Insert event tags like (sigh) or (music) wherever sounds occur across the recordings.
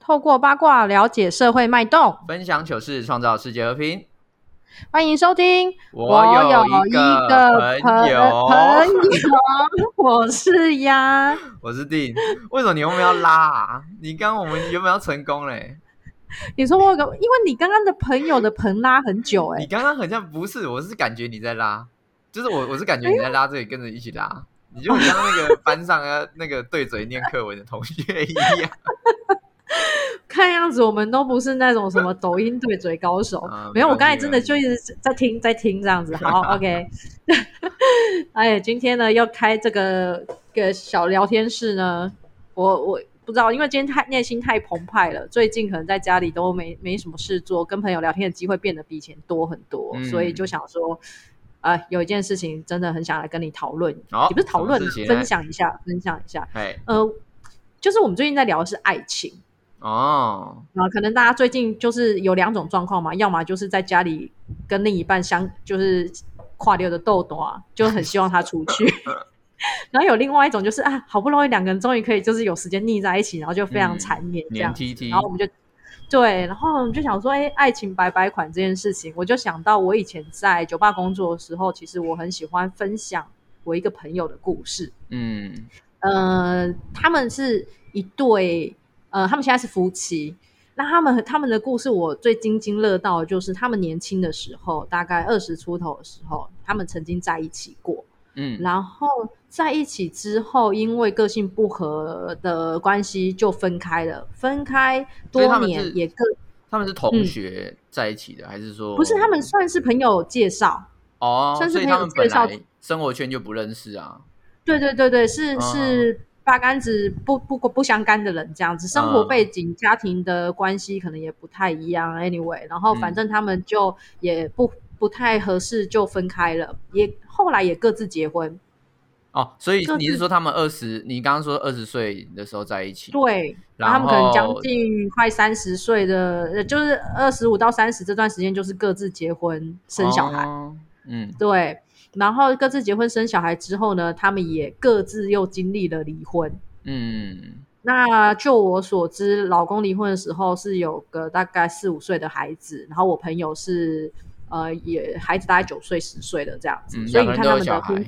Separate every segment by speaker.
Speaker 1: 透过八卦了解社会脉动。
Speaker 2: 分享糗事，创造世界和平。
Speaker 1: 欢迎收听，
Speaker 2: 我
Speaker 1: 有
Speaker 2: 一
Speaker 1: 个
Speaker 2: 朋友，
Speaker 1: 朋友， (laughs) 我是鸭，
Speaker 2: 我是定。为什么你后面要拉、啊？你刚刚我们原本要成功嘞，
Speaker 1: 你说我有个，因为你刚刚的朋友的盆拉很久哎、
Speaker 2: 你刚刚很像不是，我是感觉你在拉，就是我我是感觉你在拉这里，跟着一起拉。你就像那个班上啊，那个对嘴念课文的同学一
Speaker 1: (laughs)
Speaker 2: 样。
Speaker 1: 看样子我们都不是那种什么抖音对嘴高手。
Speaker 2: (laughs) 啊
Speaker 1: 没有，我刚才真的
Speaker 2: 没关系
Speaker 1: 就一直在听，在听这样子。
Speaker 2: (laughs)
Speaker 1: 好，OK。哎，今天呢要开这个个小聊天室呢，我我不知道，因为今天太内心太澎湃了，最近可能在家里都没没什么事做，跟朋友聊天的机会变得比以前多很多，
Speaker 2: 嗯
Speaker 1: 所以就想说，啊，有一件事情真的很想来跟你讨论，
Speaker 2: 好
Speaker 1: 也不是讨论啊
Speaker 2: 什么事情，哎呢
Speaker 1: 分享一下，分享一下。
Speaker 2: 哎
Speaker 1: 呃，就是我们最近在聊的是爱情。
Speaker 2: 哦，
Speaker 1: 啊，可能大家最近就是有两种状况嘛，要么就是在家里跟另一半相，就是跨流的豆豆啊，就很希望他出
Speaker 2: (laughs)
Speaker 1: 去。然后有另外一种就是啊，好不容易两个人终于可以就是有时间腻在一起，然后就非常
Speaker 2: 嗯
Speaker 1: 缠绵这
Speaker 2: 黏
Speaker 1: 样。
Speaker 2: T T，
Speaker 1: 然后我们就对，然后我们就想说，哎，爱情白白款这件事情，我就想到我以前在酒吧工作的时候，其实我很喜欢分享我一个朋友的故事。
Speaker 2: 嗯
Speaker 1: 呃，他们是一对，呃，他们现在是夫妻。那他们他们的故事，我最津津乐道的就是他们年轻的时候，大概二十出头的时候，他们曾经在一起过。
Speaker 2: 嗯
Speaker 1: 然后在一起之后，因为个性不合的关系就分开了。分开
Speaker 2: 所以他
Speaker 1: 多
Speaker 2: 们
Speaker 1: 年
Speaker 2: 是
Speaker 1: 也各
Speaker 2: 他们是同学在一起的，还是
Speaker 1: 嗯
Speaker 2: 说
Speaker 1: 不是他们算是朋友介绍，
Speaker 2: 哦，
Speaker 1: 算是
Speaker 2: 所以
Speaker 1: 朋友
Speaker 2: 他们本
Speaker 1: 介绍
Speaker 2: 来生活圈就不认识啊。
Speaker 1: 对对对对，是、
Speaker 2: 嗯
Speaker 1: 是八竿子不不不相干的人这样子，生
Speaker 2: 嗯
Speaker 1: 活背景、家庭的关系可能也不太一样。Anyway，然后反
Speaker 2: 嗯
Speaker 1: 正他们就也不不太合适，就分开了，也后来也各自结婚。
Speaker 2: 哦，所以
Speaker 1: 各
Speaker 2: 你是
Speaker 1: 自
Speaker 2: 说他们二十？你刚刚说二十岁的时候在一起，
Speaker 1: 对，
Speaker 2: 然后
Speaker 1: 他们可能将近快三十岁的，呃就是二十五到三十这段时间，就是各自结婚生小孩。
Speaker 2: 哦嗯
Speaker 1: 对，然后各自结婚生小孩之后呢，他们也各自又经历了离婚。
Speaker 2: 嗯
Speaker 1: 那就我所知，老公离婚的时候是有个大概四五岁的孩子，然后我朋友是呃也孩子大概九岁十岁的这样子，
Speaker 2: 嗯，
Speaker 1: 所以
Speaker 2: 两
Speaker 1: 你
Speaker 2: 个
Speaker 1: 看他
Speaker 2: 人都有
Speaker 1: 们
Speaker 2: 小
Speaker 1: 的
Speaker 2: 孩
Speaker 1: 婚，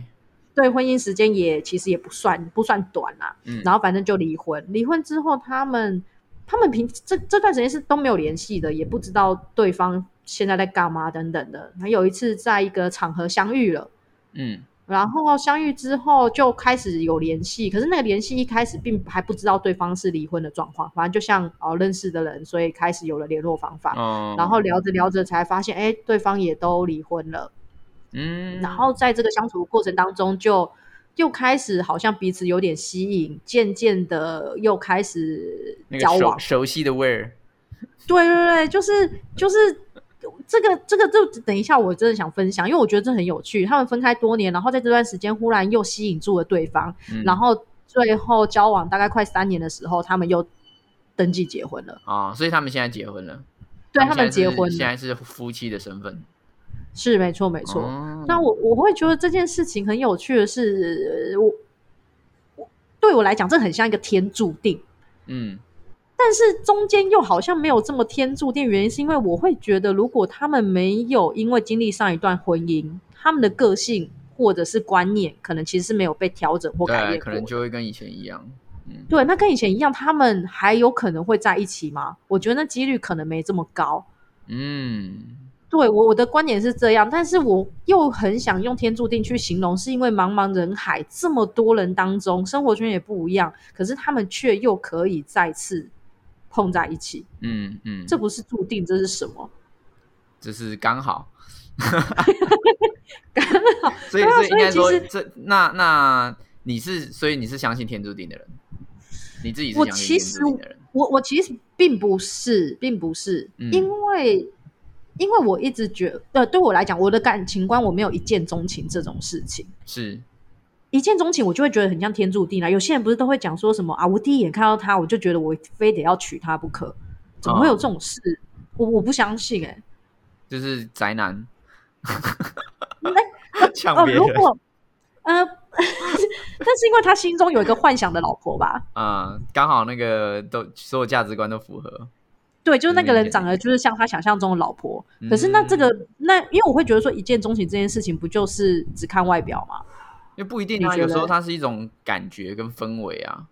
Speaker 1: 对婚姻时间也其实也不算不算短啦、
Speaker 2: 嗯，
Speaker 1: 然后反正就离婚，离婚之后他们他们平这这段时间是都没有联系的，也不知道对方现在在干嘛等等的。然后有一次在一个场合相遇了。
Speaker 2: 嗯
Speaker 1: 然后相遇之后就开始有联系，可是那个联系一开始并还不知道对方是离婚的状况，反正就像哦认识的人，所以开始有了联络方法。啊
Speaker 2: 哦，
Speaker 1: 然后聊着聊着才发现，哎，对方也都离婚了。
Speaker 2: 嗯，
Speaker 1: 然后在这个相处过程当中就，又开始好像彼此有点吸引，渐渐的又开始
Speaker 2: 那
Speaker 1: 交
Speaker 2: 个
Speaker 1: 往
Speaker 2: 熟。熟悉的味儿，
Speaker 1: 对对对，就是就是这个这个就等一下，我真的想分享，因为我觉得这很有趣。他们分开多年，然后在这段时间忽然又吸引住了对方，
Speaker 2: 嗯
Speaker 1: 然后最后交往大概快三年的时候，他们又登记结婚了。
Speaker 2: 啊，所以他们现在结婚了，
Speaker 1: 对
Speaker 2: 他
Speaker 1: 他们
Speaker 2: 现
Speaker 1: 结
Speaker 2: 在是
Speaker 1: 婚
Speaker 2: 现
Speaker 1: 了，
Speaker 2: 在是夫妻的身份，
Speaker 1: 是没错没错。
Speaker 2: 哦
Speaker 1: 那我我会觉得这件事情很有趣的是，呃我我对我来讲，这很像一个天注定。
Speaker 2: 嗯
Speaker 1: 但是中间又好像没有这么天注定，原因是因为我会觉得，如果他们没有因为经历上一段婚姻，他们的个性或者是观念，可能其实是没有被调整或改
Speaker 2: 对，
Speaker 1: 变
Speaker 2: 可
Speaker 1: 过。
Speaker 2: 能就会跟以前一样，嗯
Speaker 1: 对，那跟以前一样，他们还有可能会在一起吗？我觉得那几率可能没这么高。
Speaker 2: 嗯
Speaker 1: 对我我的观点是这样，但是我又很想用天注定去形容，是因为茫茫人海这么多人当中，生活圈也不一样，可是他们却又可以再次碰在一起，
Speaker 2: 嗯嗯，
Speaker 1: 这不是注定，这是什么？
Speaker 2: 这是刚好，
Speaker 1: (laughs) 刚好
Speaker 2: (laughs) 所以
Speaker 1: 对啊
Speaker 2: 所以应该
Speaker 1: 所
Speaker 2: 说
Speaker 1: 以其
Speaker 2: 这那那你是所以你是相信天注定的人，你自己是
Speaker 1: 我
Speaker 2: 相信
Speaker 1: 其
Speaker 2: 天
Speaker 1: 实
Speaker 2: 注定的人，
Speaker 1: 我我其实并不是，并不是，
Speaker 2: 嗯
Speaker 1: 因为因为我一直觉呃，对我来讲，我的感情观我没有一见钟情这种事情。
Speaker 2: 是。
Speaker 1: 一见钟情，我就会觉得很像天注定啊啦。有些人不是都会讲说什么啊，我第一眼看到他，我就觉得我非得要娶她不可，怎么会有
Speaker 2: 啊
Speaker 1: 这种事？我我不相信哎、
Speaker 2: 就是宅男
Speaker 1: 那，
Speaker 2: 抢
Speaker 1: 哦、
Speaker 2: 别
Speaker 1: 如
Speaker 2: 人，
Speaker 1: 果呃 (laughs) 但是因为他心中有一个幻想的老婆吧？
Speaker 2: 嗯，刚好那个都所有价值观都符合，
Speaker 1: 对，就是那个
Speaker 2: 嗯
Speaker 1: 人长得就是像他想象中的老婆。可是那这个那，因为我会觉得说一见钟情这件事情不就是只看外表吗？
Speaker 2: 因为不一定
Speaker 1: 你
Speaker 2: 啊，
Speaker 1: 觉
Speaker 2: 有时候
Speaker 1: 得
Speaker 2: 它是一种感觉跟氛围啊，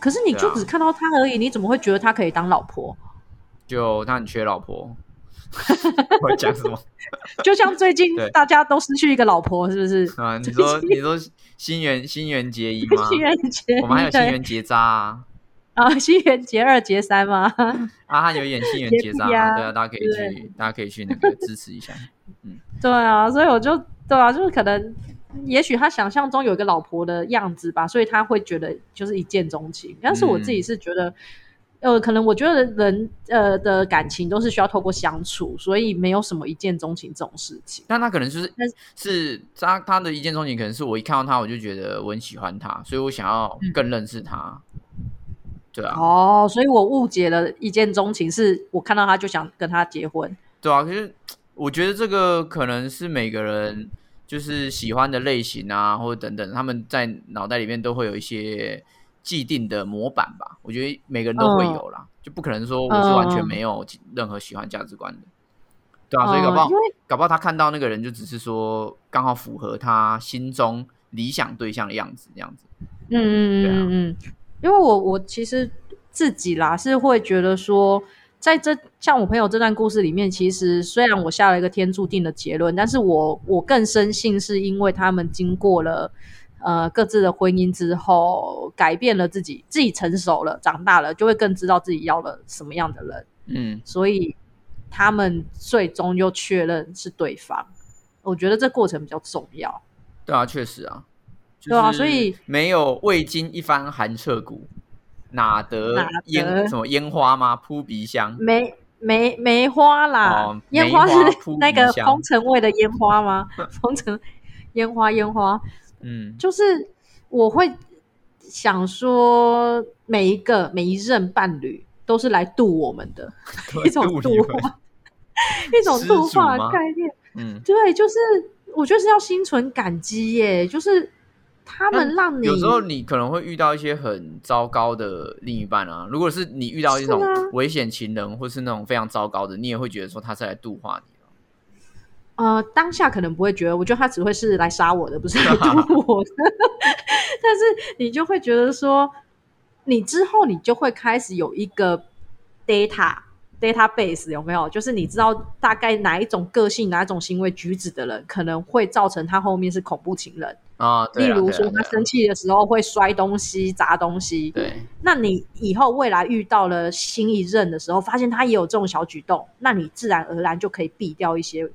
Speaker 1: 可是你
Speaker 2: 对
Speaker 1: 就
Speaker 2: 啊
Speaker 1: 只看到他而已，你怎么会觉得他可以当老婆？
Speaker 2: 就他很缺
Speaker 1: (laughs)
Speaker 2: 老婆。我讲什么
Speaker 1: 就像最近
Speaker 2: 对
Speaker 1: 大家都失去一个老婆，是不
Speaker 2: (laughs)
Speaker 1: 是？
Speaker 2: 啊？你
Speaker 1: 最 (laughs)
Speaker 2: 说
Speaker 1: 近
Speaker 2: 你说新垣新垣结衣
Speaker 1: (laughs)
Speaker 2: 吗？
Speaker 1: 新垣结衣
Speaker 2: 我们还有新
Speaker 1: 对
Speaker 2: 垣结扎啊，
Speaker 1: 啊， (laughs) 新垣结二、结三吗？ (laughs)
Speaker 2: 啊，他有演新垣
Speaker 1: 结
Speaker 2: 结扎
Speaker 1: 衣
Speaker 2: 啊，
Speaker 1: 啊
Speaker 2: 对啊，大家可以
Speaker 1: 对
Speaker 2: 去，大家可以去那个支持
Speaker 1: (laughs)
Speaker 2: 一下。
Speaker 1: 对啊，所以我就对啊，就是可能，也许他想象中有一个老婆的样子吧，所以他会觉得就是一见钟情。但是我自己是觉得，呃，可能我觉得人呃的感情都是需要透过相处，所以没有什么一见钟情这种事情。
Speaker 2: 但他可能就是
Speaker 1: 但是
Speaker 2: 是他他的一见钟情，可能是我一看到他我就觉得我很喜欢他，所以我想要
Speaker 1: 嗯
Speaker 2: 更认识他。对啊，
Speaker 1: 哦，所以我误解了一见钟情，是我看到他就想跟他结婚。
Speaker 2: 对啊，可是我觉得这个可能是每个人就是喜欢的类型啊，或者等等，他们在脑袋里面都会有一些既定的模板吧。我觉得每个人都会
Speaker 1: 嗯
Speaker 2: 有啦，就不可能说我是完全
Speaker 1: 嗯
Speaker 2: 没有任何喜欢价值观的。对啊，所以搞不好
Speaker 1: 嗯因为
Speaker 2: 搞不好他看到那个人就只是说刚好符合他心中理想对象的样子，这样子。
Speaker 1: 嗯嗯
Speaker 2: 对啊
Speaker 1: 嗯嗯，嗯，因为我我其实自己啦是会觉得说，在这像我朋友这段故事里面，其实虽然我下了一个天注定的结论，但是我我更深信是因为他们经过了呃各自的婚姻之后，改变了自己，自己成熟了，长大了，就会更知道自己要了什么样的人，
Speaker 2: 嗯，
Speaker 1: 所以他们最终又确认是对方。我觉得这过程比较重要。
Speaker 2: 对啊，确实啊。就
Speaker 1: 对啊
Speaker 2: 是
Speaker 1: 所以
Speaker 2: 没有未经一番寒彻骨，哪得
Speaker 1: 哪
Speaker 2: 烟
Speaker 1: 得
Speaker 2: 什么烟花吗？扑鼻香。
Speaker 1: 梅梅梅花啦，
Speaker 2: 哦
Speaker 1: 烟花
Speaker 2: 梅
Speaker 1: 是
Speaker 2: 花扑
Speaker 1: 那个
Speaker 2: 鼻香
Speaker 1: 风尘味的烟花吗？风尘烟花烟花，
Speaker 2: 嗯，
Speaker 1: 就是我会想说，每一个每一任伴侣都是来度我们的一种
Speaker 2: 度
Speaker 1: 度
Speaker 2: 你们 (laughs)
Speaker 1: 化，一种
Speaker 2: 施
Speaker 1: 度
Speaker 2: 主
Speaker 1: 化
Speaker 2: 吗
Speaker 1: 的概念。
Speaker 2: 嗯，
Speaker 1: 对，就是我觉得是要心存感激耶，就是他们让你
Speaker 2: 有时候你可能会遇到一些很糟糕的另一半啊。如果是你遇到一种
Speaker 1: 是啊
Speaker 2: 危险情人，或是那种非常糟糕的，你也会觉得说他是来度化你的。
Speaker 1: 呃，当下可能不会觉得，我觉得他只会是来杀我的，不是来
Speaker 2: (laughs)
Speaker 1: 毒我的。但是你就会觉得说，你之后你就会开始有一个 data database 有没有？就是你知道大概哪一种个性、哪一种行为举止的人，可能会造成他后面是恐怖情人。
Speaker 2: 啊，对
Speaker 1: 例
Speaker 2: 啊
Speaker 1: 如
Speaker 2: 对啊
Speaker 1: 说，他
Speaker 2: 对啊
Speaker 1: 生气的时候会摔东西、砸东西。
Speaker 2: 对，
Speaker 1: 那你以后未来遇到了新一任的时候，发现他也有这种小举动，那你自然而然就可以避掉一些
Speaker 2: 就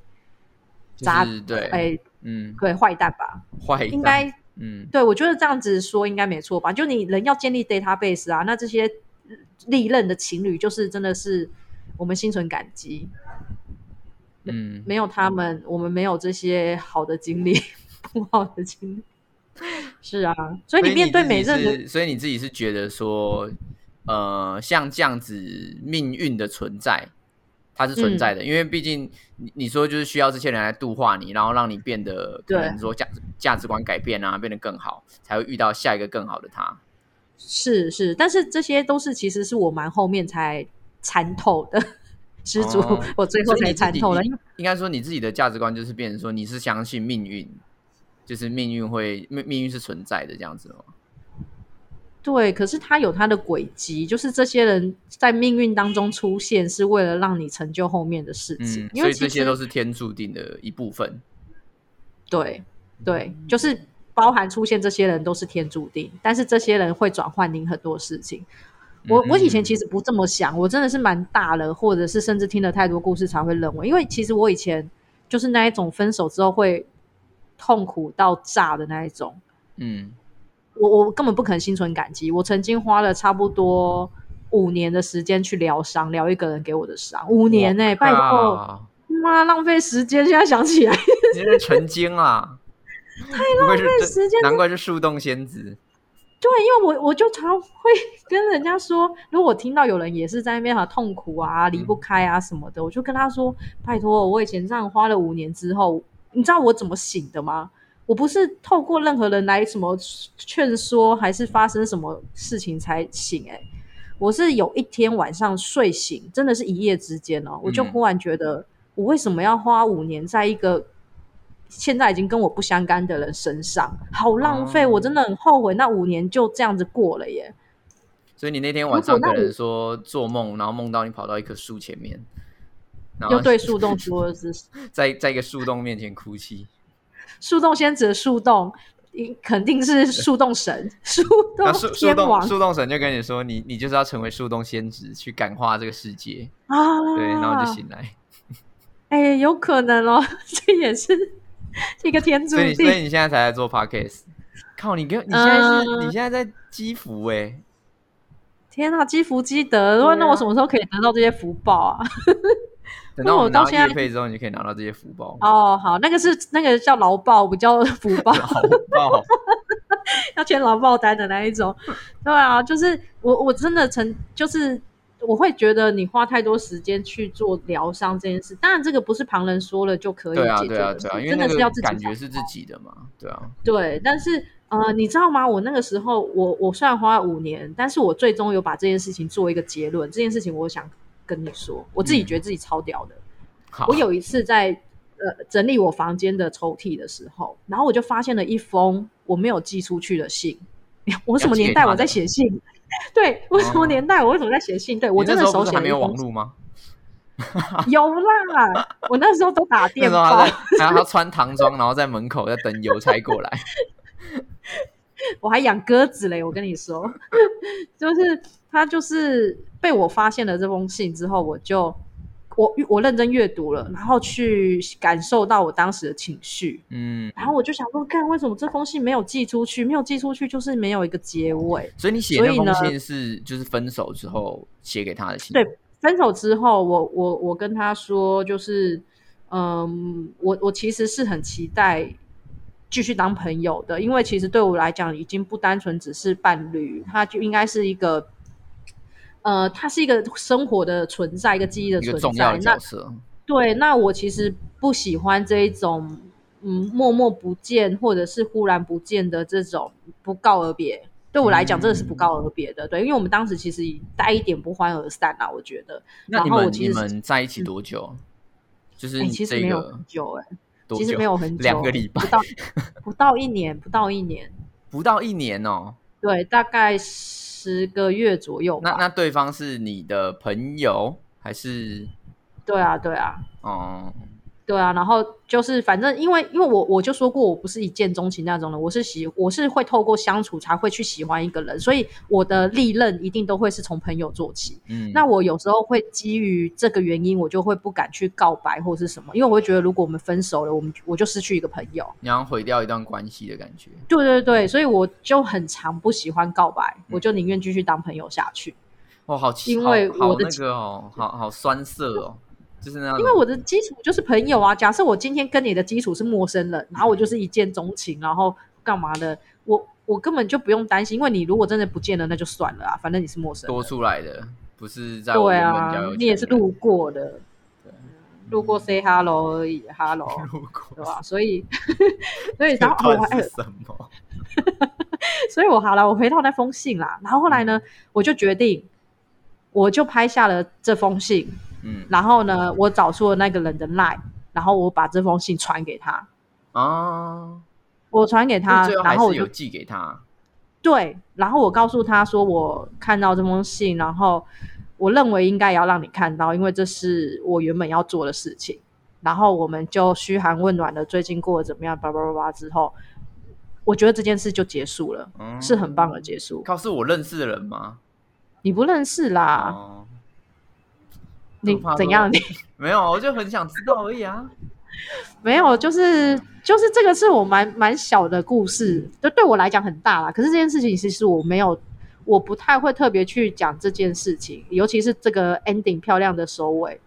Speaker 1: 渣
Speaker 2: 是啊对，
Speaker 1: 哎、
Speaker 2: 嗯，
Speaker 1: 对，坏蛋吧，
Speaker 2: 坏
Speaker 1: 应
Speaker 2: 蛋，
Speaker 1: 该
Speaker 2: 嗯，
Speaker 1: 对我觉得这样子说应该没错吧？就你人要建立 database 啊，那这些历任的情侣就是真的是我们心存感激，
Speaker 2: 嗯，
Speaker 1: 没有他们，我们没有这些好的经历， (laughs) 不好的经历。是啊，所以你面对
Speaker 2: 自己
Speaker 1: 每任的
Speaker 2: 是，所以你自己是觉得说，呃，像这样子命运的存在，它是存
Speaker 1: 嗯
Speaker 2: 在的，因为毕竟你你说就是需要这些人来度化你，然后让你变得可
Speaker 1: 对
Speaker 2: 能说价值价值观改变啊，变得更好，才会遇到下一个更好的他。
Speaker 1: 是是，但是这些都是其实是我蛮后面才参透的， (laughs) 失足、
Speaker 2: 哦
Speaker 1: 我最后
Speaker 2: 所
Speaker 1: 才
Speaker 2: 以你自
Speaker 1: 参
Speaker 2: 己
Speaker 1: 透了，
Speaker 2: 你
Speaker 1: 因为
Speaker 2: 应该说你自己的价值观就是变成说你是相信命运，就是命运会命命运是存在的这样子哦吗？
Speaker 1: 对，可是他有他的轨迹，就是这些人在命运当中出现，是为了让你成就后面的事情。
Speaker 2: 嗯，
Speaker 1: 因
Speaker 2: 所
Speaker 1: 为
Speaker 2: 以这
Speaker 1: 其
Speaker 2: 些
Speaker 1: 实
Speaker 2: 都是天注定的一部分。
Speaker 1: 对对，就是包含出现这些人都是天注定，但是这些人会转换您很多事情。我我以前其
Speaker 2: 实
Speaker 1: 实不这么想，我真的是蛮大了，或者是甚至听了太多故事才会认为，因为其实我以前就是那一种分手之后会痛苦到炸的那一种，
Speaker 2: 嗯
Speaker 1: 我我根本不可能心存感激。我曾经花了差不多五年的时间去疗伤，疗一个人给我的伤，五年呢、拜托，
Speaker 2: 啊
Speaker 1: 妈浪费时间。现在想起来，
Speaker 2: 你是成
Speaker 1: (laughs)
Speaker 2: 精啦！不愧是真
Speaker 1: 时间
Speaker 2: 难怪是树洞仙子。
Speaker 1: 对，因为我我就常会跟人家说，如果听到有人也是在那边很痛苦啊、离不开啊什么的，我就跟他说：“拜托，我以前这样花了五年之后，你知道我怎么醒的吗？我不是透过任何人来什么劝说，还是发生什么事情才醒、欸。哎，我是有一天晚上睡醒，真的是一夜之间哦，我就忽然觉得，我为什么要花五年在一个现在已经跟我不相干的人身上？好浪费，
Speaker 2: 哦
Speaker 1: 我真的很后悔，那五年就这样子过了耶。
Speaker 2: 所以你那天晚上
Speaker 1: 如果
Speaker 2: 可
Speaker 1: 那
Speaker 2: 能说做梦，然后梦到你跑到一棵树前面，然后
Speaker 1: 又对树洞说的是
Speaker 2: (laughs) 在在一个树洞面前哭泣，
Speaker 1: 树洞仙子的树洞，一肯定是树洞
Speaker 2: (laughs)
Speaker 1: 神、树
Speaker 2: 那
Speaker 1: 洞
Speaker 2: 啊树树
Speaker 1: 天
Speaker 2: 洞
Speaker 1: 王
Speaker 2: 树洞神就跟你说，你你就是要成为树洞仙子，去感化这个世界，
Speaker 1: 啊！
Speaker 2: 对，然后你就醒来。
Speaker 1: 哎、有可能哦， (laughs) 这也是一个天注
Speaker 2: 所以你所以
Speaker 1: 定。
Speaker 2: 你现在才来做 podcast，靠，你跟你现在是、
Speaker 1: 嗯
Speaker 2: 你现在在积福哎、
Speaker 1: 天啊，积福积德，
Speaker 2: 对啊
Speaker 1: 那我什么时候可以得到这些福报啊？
Speaker 2: 等
Speaker 1: 那
Speaker 2: 到我
Speaker 1: 我
Speaker 2: 们
Speaker 1: 到
Speaker 2: 拿到
Speaker 1: 现在
Speaker 2: 业费之后，你就可以拿到这些福报。
Speaker 1: 哦，好，那个是那个叫劳报，不叫福报。
Speaker 2: 好报，
Speaker 1: 要签劳报单的那一种。
Speaker 2: 嗯
Speaker 1: (laughs) 对啊，就是我我真的曾就是我会觉得你花太多时间去做疗伤这件事，当然这个不是旁人说了就可以
Speaker 2: 对啊
Speaker 1: 解决
Speaker 2: 对啊
Speaker 1: 的事，
Speaker 2: 对啊，因为
Speaker 1: 真
Speaker 2: 那
Speaker 1: 的
Speaker 2: 个
Speaker 1: 是要自己
Speaker 2: 感觉
Speaker 1: 想
Speaker 2: 是自己的嘛，对啊，
Speaker 1: 对，但是呃，你知道吗？我那个时候，我我虽然花了五年，但是我最终有把这件事情做一个结论。这件事情，我想跟你说，我自己
Speaker 2: 嗯
Speaker 1: 觉得自己超屌的。
Speaker 2: 好，
Speaker 1: 我有一次在呃整理我房间的抽屉的时候，然后我就发现了一封我没有寄出去的信。 (laughs) 我什么年代我在写信？对，我什么年代我为什么在写信？对
Speaker 2: 你
Speaker 1: 我真
Speaker 2: 哦那
Speaker 1: 的
Speaker 2: 时
Speaker 1: 手
Speaker 2: 候不是
Speaker 1: 写
Speaker 2: 还
Speaker 1: 了
Speaker 2: 没
Speaker 1: 一
Speaker 2: 有
Speaker 1: 封
Speaker 2: 网络吗？
Speaker 1: 有啦，我那时候都打
Speaker 2: (laughs) 那
Speaker 1: 电
Speaker 2: 时候还
Speaker 1: 报
Speaker 2: 在，
Speaker 1: (laughs)
Speaker 2: 还要他穿唐装，然后在门口在等邮差过来。
Speaker 1: 我还养鸽子嘞，我跟你说， (laughs) 就是他就是被我发现了这封信之后，我就我我认真阅读了，然后去感受到我当时的情绪，
Speaker 2: 嗯，
Speaker 1: 然后我就想说，看为什么这封信没有寄出去？没有寄出去就是没有一个结尾。
Speaker 2: 所以你写
Speaker 1: 所
Speaker 2: 那
Speaker 1: 以
Speaker 2: 封
Speaker 1: 呢
Speaker 2: 信是就是分手之后写给他的信。
Speaker 1: 对分手之后，我我我跟他说，就是嗯，我我其实是很期待继续当朋友的，因为其实对我来讲，已经不单纯只是伴侣，它就应该是一个。呃，它是一个生活的存在，一个记忆的
Speaker 2: 一
Speaker 1: 存
Speaker 2: 个
Speaker 1: 在。
Speaker 2: 重要的
Speaker 1: 那
Speaker 2: 角色，
Speaker 1: 对，那我其实不喜欢这一种，嗯，默默不见或者是忽然不见的这种不告而别。对我来讲，真的是不告而别的。对，因为我们当时其实带一点不欢而散啊，我觉得。
Speaker 2: 那你
Speaker 1: 然后我
Speaker 2: 们
Speaker 1: 其
Speaker 2: 你
Speaker 1: 实嗯
Speaker 2: 们在一起多久？就是
Speaker 1: 哎、
Speaker 2: 你
Speaker 1: 其实
Speaker 2: 这
Speaker 1: 没有
Speaker 2: 个
Speaker 1: 很久、哎，
Speaker 2: 多
Speaker 1: 其实
Speaker 2: 久
Speaker 1: 没？有很久，
Speaker 2: 两个礼拜 (laughs)
Speaker 1: 不到不到一年，不到一年，
Speaker 2: 不到一年哦。
Speaker 1: 对，大概十个月左右
Speaker 2: 那
Speaker 1: 吧。
Speaker 2: 那对方是你的朋友还是？
Speaker 1: 对啊，对啊。
Speaker 2: 哦、
Speaker 1: 对啊，然后就是反正因为因为我我就说过我不是一见钟情那种人，我是喜我是会透过相处才会去喜欢一个人，所以我的历任一定都会是从朋友做起。
Speaker 2: 嗯，
Speaker 1: 那我有时候会基于这个原因，我就会不敢去告白或是什么，因为我会觉得如果我们分手了，我们我就失去一个朋友。
Speaker 2: 你要毁掉一段关系的感觉。
Speaker 1: 对对对，所以我就很常不喜欢告白，我就宁愿继续当朋友下去。
Speaker 2: 哦，好奇，
Speaker 1: 因为
Speaker 2: 好好
Speaker 1: 我的
Speaker 2: 那个哦，好好酸涩哦，就是那种，
Speaker 1: 因为我的基础就是朋友啊。假设我今天跟你的基础是陌生人，然后我就是一见钟情，然后干嘛的，我我根本就不用担心，因为你如果真的不见了，那就算了啊，反正你是陌生人。
Speaker 2: 多出来的，不是在我
Speaker 1: 对
Speaker 2: 原本交友
Speaker 1: 啊
Speaker 2: 圈，
Speaker 1: 你也是
Speaker 2: 的
Speaker 1: 路过的，路过 say hello 而已，hello，
Speaker 2: (laughs) 路过，
Speaker 1: 对吧？所以，所以 (laughs)
Speaker 2: 这
Speaker 1: 然后我
Speaker 2: 段
Speaker 1: 还
Speaker 2: 是，什么？
Speaker 1: 所以我好了，我回到那封信啦。然后后来呢，
Speaker 2: 嗯
Speaker 1: 我就决定，我就拍下了这封信，
Speaker 2: 嗯
Speaker 1: 然后呢，我找出了那个人的 line，然后我把这封信传给他。
Speaker 2: 啊，
Speaker 1: 我传给
Speaker 2: 那
Speaker 1: 他
Speaker 2: 最后，还
Speaker 1: 然后
Speaker 2: 是
Speaker 1: 我
Speaker 2: 有
Speaker 1: 就
Speaker 2: 寄给他，
Speaker 1: 对，然后我告诉他说我看到这封信，然后我认为应该也要让你看到，因为这是我原本要做的事情。然后我们就嘘寒问暖的最近过得怎么样，叭叭叭叭之后，我觉得这件事就结束了，
Speaker 2: 嗯，
Speaker 1: 是很棒的。结束。
Speaker 2: 靠，是我认识的人吗？
Speaker 1: 你不认识啦，
Speaker 2: 哦，
Speaker 1: 啊你
Speaker 2: 我怕
Speaker 1: 怎
Speaker 2: 说
Speaker 1: 样？你
Speaker 2: (laughs) 没有，我就很想知道而已
Speaker 1: (laughs)
Speaker 2: 啊。
Speaker 1: 没有，就是就是这个是我蛮蛮小的故事，就对我来讲很大啦。可是这件事情其实我没有，我不太会特别去讲这件事情，尤其是这个 ending 漂亮的收尾，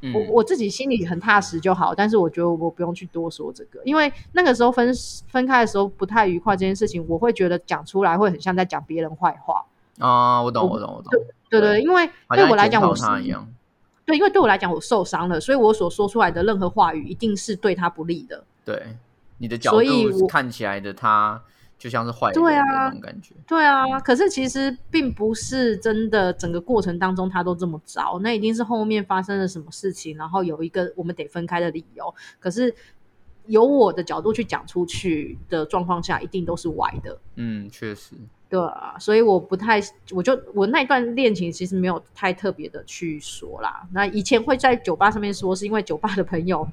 Speaker 2: 嗯，
Speaker 1: 我我自己心里很踏实就好。但是我觉得我不用去多说这个，因为那个时候分分开的时候不太愉快这件事情，我会觉得讲出来会很像在讲别人坏话。
Speaker 2: 啊，我懂，
Speaker 1: 我
Speaker 2: 我懂，我懂，
Speaker 1: 对对，对因为
Speaker 2: 好像
Speaker 1: 对我
Speaker 2: 在
Speaker 1: 来
Speaker 2: 检
Speaker 1: 讲，
Speaker 2: 讨
Speaker 1: 我是
Speaker 2: 他一样。
Speaker 1: 对，因为对我来讲我受伤了，所以我所说出来的任何话语一定是对他不利的。
Speaker 2: 对，你的角
Speaker 1: 所以
Speaker 2: 度
Speaker 1: 我
Speaker 2: 看起来的他就像是坏人
Speaker 1: 对
Speaker 2: 的
Speaker 1: 啊
Speaker 2: 那种感觉。
Speaker 1: 对啊，可是其实并不是真的，整个过程当中他都这么糟，那一定是后面发生了什么事情，然后有一个我们得分开的理由。可是由我的角度去讲出去的状况下，一定都是歪的，
Speaker 2: 嗯，确实，
Speaker 1: 对啊，所以我不太，我就我那一段恋情其实没有太特别的去说啦。那以前会在酒吧上面说，是因为酒吧的朋友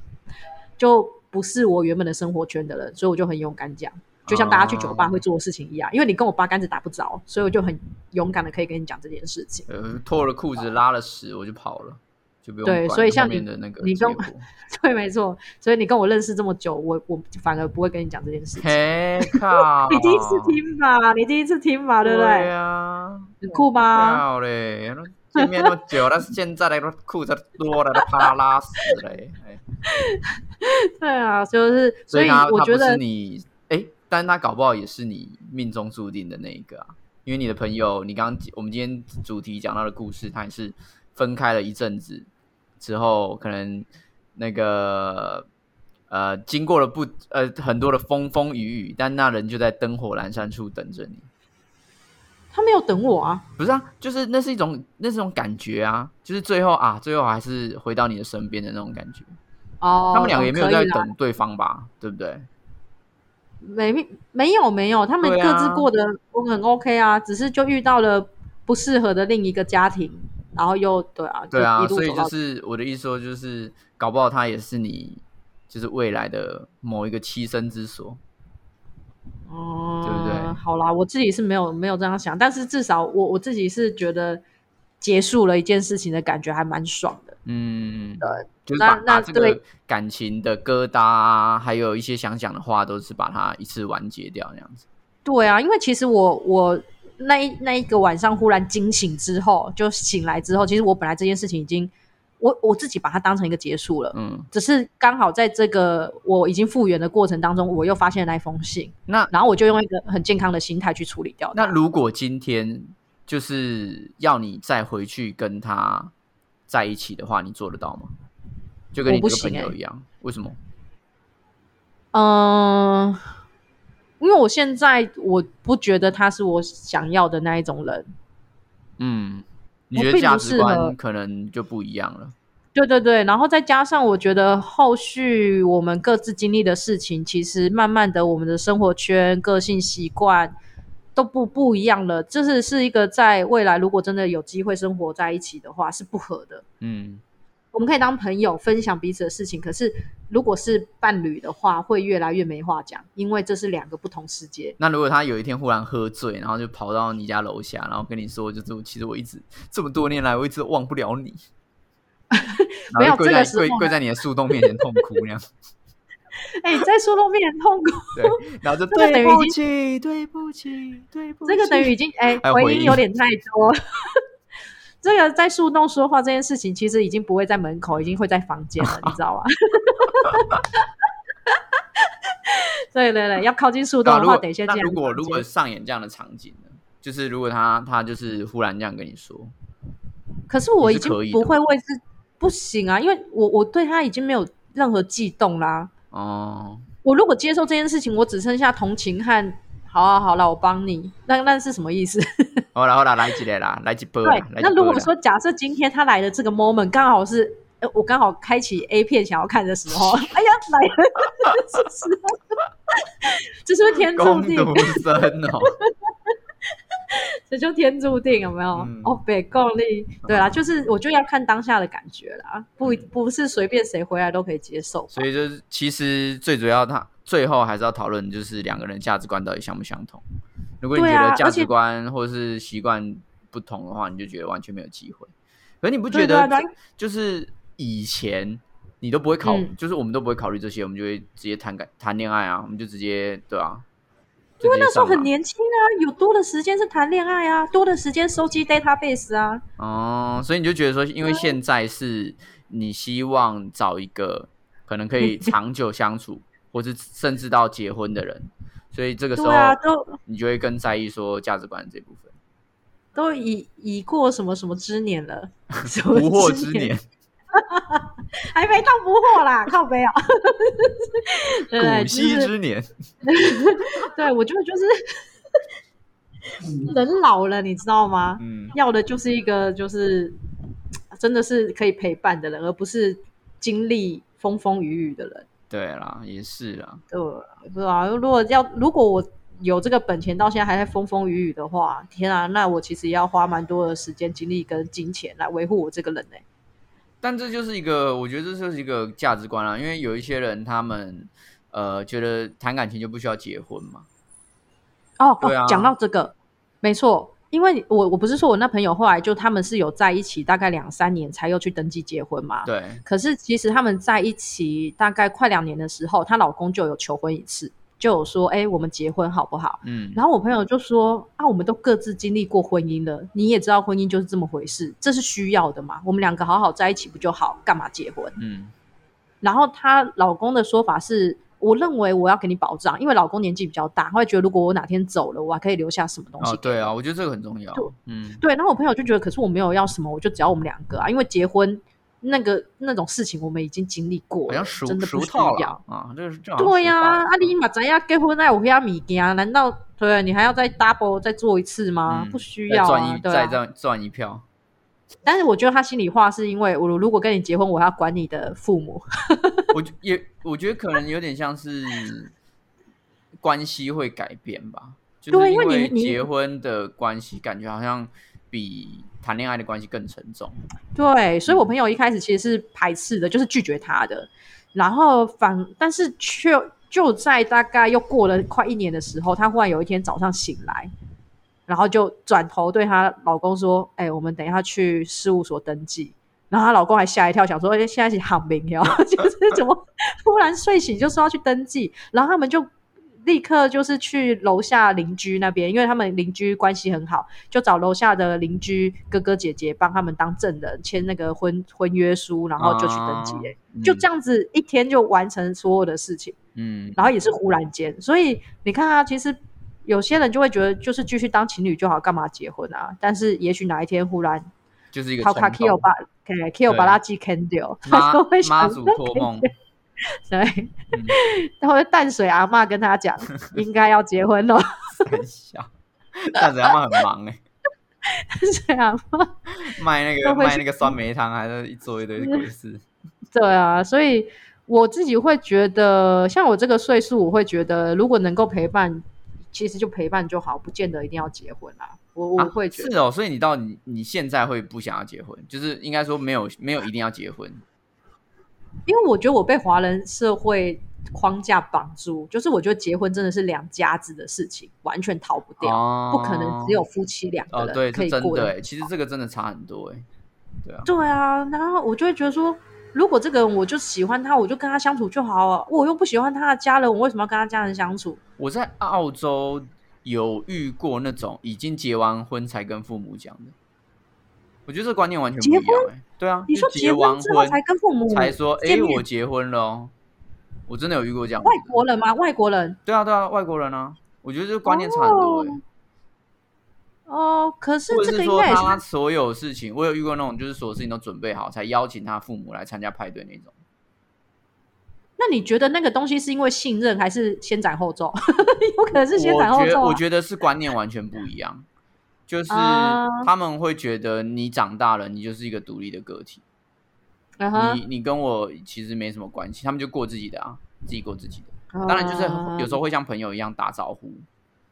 Speaker 1: 就不是我原本的生活圈的人，所以我就很勇敢讲，就像大家去酒吧
Speaker 2: 哦
Speaker 1: 会做的事情一样。因为你跟我八竿子打不着，所以我就很勇敢的可以跟你讲这件事情。 (laughs)
Speaker 2: 呃，脱了裤子拉了屎我就跑了，就不用
Speaker 1: 嗯对
Speaker 2: 管
Speaker 1: 所以像
Speaker 2: 后面
Speaker 1: 你
Speaker 2: 的那个
Speaker 1: 你
Speaker 2: 结
Speaker 1: 跟 (laughs)
Speaker 2: 果。
Speaker 1: 对，没错。所以你跟我认识这么久，我我反而不会跟你讲这件事情。
Speaker 2: 嘿靠！
Speaker 1: 你第一次听吧，你第一次听吧，对不
Speaker 2: 对
Speaker 1: 对？
Speaker 2: 啊，
Speaker 1: 很酷吧？
Speaker 2: 好嘞，那见面那么久，但是现在的裤子多了，都怕他拉屎嘞。哎
Speaker 1: 对啊，就是所以
Speaker 2: 他
Speaker 1: 我
Speaker 2: 他
Speaker 1: 觉
Speaker 2: 不
Speaker 1: 得
Speaker 2: 是你，哎，但是他搞不好也是你命中注定的那一个啊，因为你的朋友，你刚刚我们今天主题讲到的故事，他也是分开了一阵子之后，可能那个呃，经过了不呃很多的风风雨雨，但那人就在灯火阑珊处等着你。
Speaker 1: 他没有等我啊。
Speaker 2: 不是啊，就是那是一种那是一种感觉啊，就是最后啊，最后还是回到你的身边的那种感觉。
Speaker 1: 哦，
Speaker 2: 他们两个也没有在
Speaker 1: 可以啦
Speaker 2: 等对方吧，对不对？
Speaker 1: 没没有没有，他们
Speaker 2: 对
Speaker 1: 各
Speaker 2: 啊
Speaker 1: 自过得都很 OK 啊，只是就遇到了不适合的另一个家庭，然后又对啊，
Speaker 2: 对啊，
Speaker 1: 就
Speaker 2: 所
Speaker 1: 一
Speaker 2: 以
Speaker 1: 路走到
Speaker 2: 就是我的意思说，就是搞不好他也是你就是未来的某一个栖身之所。
Speaker 1: 哦、
Speaker 2: 对不对嗯
Speaker 1: 好啦，我自己是没有没有这样想，但是至少我我自己是觉得结束了一件事情的感觉还蛮爽的。
Speaker 2: 嗯，
Speaker 1: 对，
Speaker 2: 就是
Speaker 1: 那
Speaker 2: 把把
Speaker 1: 那
Speaker 2: 这个
Speaker 1: 对
Speaker 2: 感情的疙瘩啊，还有一些想讲的话，都是把它一次完结掉那样子。
Speaker 1: 对啊，因为其实我我那一那一个晚上忽然惊醒之后，就醒来之后，其实我本来这件事情已经我我自己把它当成一个结束了。
Speaker 2: 嗯，
Speaker 1: 只是刚好在这个我已经复原的过程当中，我又发现了那一封信，
Speaker 2: 那
Speaker 1: 然后我就用一个很健康的心态去处理掉它。
Speaker 2: 那如果今天就是要你再回去跟他在一起的话，你做得到吗？就跟你
Speaker 1: 我不
Speaker 2: 这个朋
Speaker 1: 行
Speaker 2: 友
Speaker 1: 欸
Speaker 2: 一样，为什么？
Speaker 1: 嗯、因为我现在我不觉得他是我想要的那一种人。
Speaker 2: 嗯，你
Speaker 1: 我
Speaker 2: 觉得
Speaker 1: 并
Speaker 2: 价
Speaker 1: 不
Speaker 2: 值
Speaker 1: 适合
Speaker 2: 观可能就不一样了。
Speaker 1: 对对对，然后再加上我觉得后续我们各自经历的事情，其实慢慢的我们的生活圈、个性习惯都不不一样了。这是是一个在未来如果真的有机会生活在一起的话，是不合的。
Speaker 2: 嗯
Speaker 1: 我们可以当朋友分享彼此的事情，可是如果是伴侣的话，会越来越没话讲，因为这是两个不同世界。
Speaker 2: 那如果他有一天忽然喝醉，然后就跑到你家楼下，然后跟你说，就是其实我一直这么多年来，我一直忘不了你，然后
Speaker 1: (laughs) 没有
Speaker 2: 就跪
Speaker 1: 这
Speaker 2: 在
Speaker 1: 个时
Speaker 2: 跪
Speaker 1: 候
Speaker 2: 跪在你的树洞面前痛哭那样，
Speaker 1: 哎，在说到面很痛苦，
Speaker 2: 对，然后就
Speaker 1: (laughs) 这个等
Speaker 2: 对
Speaker 1: 于
Speaker 2: 不
Speaker 1: 已
Speaker 2: 起，对不起，对不起，
Speaker 1: 这个等于已经哎
Speaker 2: 还有回
Speaker 1: 回
Speaker 2: 音
Speaker 1: 音有点太多。这个在树洞说话这件事情，其实已经不会在门口，已经会在房间了，你知道吗？ (laughs) 对对对，要靠近树
Speaker 2: 对
Speaker 1: 洞
Speaker 2: 啊
Speaker 1: 的
Speaker 2: 如
Speaker 1: 话，
Speaker 2: 果
Speaker 1: 等一下
Speaker 2: 那
Speaker 1: 进来
Speaker 2: 如果
Speaker 1: 房间
Speaker 2: 如果上演这样的场景呢？就是如果他他就是忽然这样跟你说，
Speaker 1: 可是我
Speaker 2: 你
Speaker 1: 已
Speaker 2: 是
Speaker 1: 经
Speaker 2: 可以的
Speaker 1: 不会为自不行啊，因为我我对他已经没有任何悸动啦、
Speaker 2: 哦，
Speaker 1: 我如果接受这件事情，我只剩下同情和好啊好了，我帮你，那那是什么意思？ (laughs)
Speaker 2: 好啦好啦，来几来啦，来几波啦
Speaker 1: 对，
Speaker 2: 啊来几波啦
Speaker 1: 那如果说假设今天他来的这个 moment 刚好是，呃，我刚好开启 A 片想要看的时候， (laughs) 哎呀，来了，这是 (laughs) 时候这是不是天注
Speaker 2: 攻
Speaker 1: 定？
Speaker 2: 读生哦，
Speaker 1: 这就天注定有没有？
Speaker 2: 嗯
Speaker 1: 哦，北共力，对啦，就是我就要看当下的感觉啦，不一
Speaker 2: 嗯
Speaker 1: 不是随便谁回来都可以接受吧。
Speaker 2: 所以就是其实最主要他，最后还是要讨论就是两个人价值观到底相不相同。如果你觉
Speaker 1: 对啊
Speaker 2: 得价
Speaker 1: 而且
Speaker 2: 值观或是习惯不同的话，你就觉得完全没有机会。可是你不
Speaker 1: 对
Speaker 2: 觉
Speaker 1: 对啊
Speaker 2: 得
Speaker 1: 对啊
Speaker 2: 就是以前你都不会考，
Speaker 1: 嗯
Speaker 2: 就是我们都不会考虑这些，我们就会直接谈感谈恋爱啊，我们就直接对啊。
Speaker 1: 因为那时候
Speaker 2: 就直接上
Speaker 1: 很
Speaker 2: 啊
Speaker 1: 年轻啊，有多的时间是谈恋爱啊，多的时间收集 database 啊。
Speaker 2: 哦，所以你就觉得说，因为现在是你希望找一个可能可以长久相处，或是甚至到结婚的人，所以这个时候
Speaker 1: 对啊都
Speaker 2: 你就会更在意说价值观这部
Speaker 1: (laughs)
Speaker 2: 分。 (laughs)
Speaker 1: 都已已过什么什么之年了，什么
Speaker 2: 不惑之年，
Speaker 1: 还没到不惑啦，靠
Speaker 2: (laughs)
Speaker 1: 背啊、哦。对不对
Speaker 2: 古
Speaker 1: 就
Speaker 2: 稀
Speaker 1: 是
Speaker 2: 之年，
Speaker 1: 对我觉得就是人老了，你知道吗？
Speaker 2: 嗯，
Speaker 1: 要的就是一个就是真的是可以陪伴的人，而不是经历风风雨雨的人。
Speaker 2: 对啦，也是啦，
Speaker 1: 对，不知道。如果要如果我有这个本钱，到现在还在风风雨雨的话，天啊，那我其实要花蛮多的时间、精力跟金钱来维护我这个人呢、
Speaker 2: 但这就是一个，我觉得这就是一个价值观啦，因为有一些人他们呃觉得谈感情就不需要结婚嘛，
Speaker 1: 哦，
Speaker 2: 对啊
Speaker 1: 哦讲到这个，没错，因为我我不是说我那朋友后来就他们是有在一起大概两三年才又去登记结婚嘛。
Speaker 2: 对，
Speaker 1: 可是其实他们在一起大概快两年的时候，她老公就有求婚一次，就有说：“哎、我们结婚好不好？”
Speaker 2: 嗯，
Speaker 1: 然后我朋友就说：“啊，我们都各自经历过婚姻了，你也知道婚姻就是这么回事，这是需要的嘛。我们两个好好在一起不就好，干嘛结婚
Speaker 2: 嗯，？”
Speaker 1: 然后她老公的说法是：“我认为我要给你保障，因为老公年纪比较大，他会觉得如果我哪天走了，我还可以留下什么东西
Speaker 2: 哦，
Speaker 1: 给我。
Speaker 2: 对啊，我觉得这个很重要
Speaker 1: 就，
Speaker 2: 嗯，
Speaker 1: 对，然后我朋友就觉得，可是我没有要什么，我就只要我们两个啊，因为结婚那个那种事情我们已经经历过
Speaker 2: 好
Speaker 1: 了，
Speaker 2: 像熟
Speaker 1: 真的
Speaker 2: 熟
Speaker 1: 不需
Speaker 2: 套
Speaker 1: 要
Speaker 2: 了。啊，这个是这样，
Speaker 1: 对呀、啊，
Speaker 2: 嗯
Speaker 1: 你嘛咱要结婚那我给他米给啊，难道对你还要再 double 再做一次吗？
Speaker 2: 嗯
Speaker 1: 不需
Speaker 2: 再
Speaker 1: 要
Speaker 2: 赚
Speaker 1: 啊
Speaker 2: 一，
Speaker 1: 对
Speaker 2: 再
Speaker 1: 啊。
Speaker 2: 赚赚一票，
Speaker 1: 但是我觉得他心里话是因为我如果跟你结婚，我还要管你的父母。
Speaker 2: 我觉也我觉得可能有点像是关系会改变吧，就
Speaker 1: 对
Speaker 2: 是
Speaker 1: 因为
Speaker 2: 为
Speaker 1: 你你
Speaker 2: 结婚的关系，感觉好像比谈恋爱的关系更沉重。
Speaker 1: 对，所以我朋友一开始其实是排斥的，就是拒绝他的，然后反，但是却就在大概又过了快一年的时候，她忽然有一天早上醒来，然后就转头对她老公说：“哎、我们等一下去事务所登记。”然后她老公还吓一跳，想说：“哎，现在是喊名哟， (laughs) 就是怎么突然睡醒就说要去登记？”然后他们就。立刻就是去楼下邻居那边，因为他们邻居关系很好，就找楼下的邻居哥哥姐姐帮他们当证人签那个婚婚约书，然后就去登记、
Speaker 2: 啊
Speaker 1: 欸就这
Speaker 2: 样，
Speaker 1: 样子一天就完成所有的事情，
Speaker 2: 嗯，
Speaker 1: 然后也是忽然间，所以你看啊，其实有些人就会觉得就是继续当情侣就好，干嘛结婚啊？但是也许哪一天忽然
Speaker 2: 就是一个
Speaker 1: 靠卡 k
Speaker 2: 冲
Speaker 1: i o
Speaker 2: 动
Speaker 1: 把 k i o 把垃圾 can 掉，
Speaker 2: 妈
Speaker 1: 他就会
Speaker 2: 妈
Speaker 1: 想
Speaker 2: 祖
Speaker 1: 说
Speaker 2: 托梦，嗯
Speaker 1: (laughs) 对，他会淡水阿嬷跟他
Speaker 2: (laughs)
Speaker 1: 讲应该要结婚 (laughs) 了，
Speaker 2: 很小， (laughs) 但是他们很忙哎、
Speaker 1: 淡水阿嬷
Speaker 2: 卖那个
Speaker 1: 都会
Speaker 2: 卖
Speaker 1: 去
Speaker 2: 那个酸梅汤，啊还是一做一堆
Speaker 1: (laughs)
Speaker 2: 鬼事。
Speaker 1: 对啊，所以我自己会觉得，像我这个岁数，我会觉得如果能够陪伴，其实就陪伴就好，不见得一定要结婚啦。我我
Speaker 2: 啊
Speaker 1: 会觉得，
Speaker 2: 是哦，所以你到你你现在会不想要结婚，就是应该说没有没有一定要结婚，
Speaker 1: 因为我觉得我被华人社会框架绑住，就是我觉得结婚真的是两家子的事情，完全逃不掉，
Speaker 2: 哦
Speaker 1: 啊不可能只有夫妻两个
Speaker 2: 哦，对，
Speaker 1: 人可
Speaker 2: 是
Speaker 1: 以
Speaker 2: 真
Speaker 1: 过啊
Speaker 2: 的
Speaker 1: 得
Speaker 2: 欸，其实这个真的差很多哎，对啊，
Speaker 1: 对啊，然后我就会觉得说，如果这个人我就喜欢他，我就跟他相处就好了。我又不喜欢他的家人，我为什么要跟他家人相处？
Speaker 2: 我在澳洲有遇过那种已经结完婚才跟父母讲的，我觉得这观念完全不一样哎、对啊，
Speaker 1: 你
Speaker 2: 就
Speaker 1: 说
Speaker 2: 结
Speaker 1: 结
Speaker 2: 完
Speaker 1: 婚之后才跟父母
Speaker 2: 才说，哎、
Speaker 1: 见面
Speaker 2: 我结婚了哦，我真的有遇过这样子
Speaker 1: 外国人吗？外国人
Speaker 2: 对啊对啊，外国人啊，我觉得这个观念差很多哎、
Speaker 1: 哦哦，可是
Speaker 2: 或
Speaker 1: 这个
Speaker 2: 者是
Speaker 1: 应
Speaker 2: 说
Speaker 1: 该也是
Speaker 2: 他所有事情，我有遇过那种就是所有事情都准备好才邀请他父母来参加派对那种。
Speaker 1: 那你觉得那个东西是因为信任，还是先斩后奏？ (laughs) 有可能是先
Speaker 2: 我
Speaker 1: 斩后
Speaker 2: 觉
Speaker 1: 奏、啊
Speaker 2: 我觉得是观念完全不一样，就是
Speaker 1: 啊
Speaker 2: 他们会觉得你长大了，你就是一个独立的个体，
Speaker 1: (laughs) 嗯哼
Speaker 2: 你你跟我其实没什么关系，他们就过自己的啊，自己过自己的。
Speaker 1: 嗯
Speaker 2: 当然就是很有时候会像朋友一样打招呼，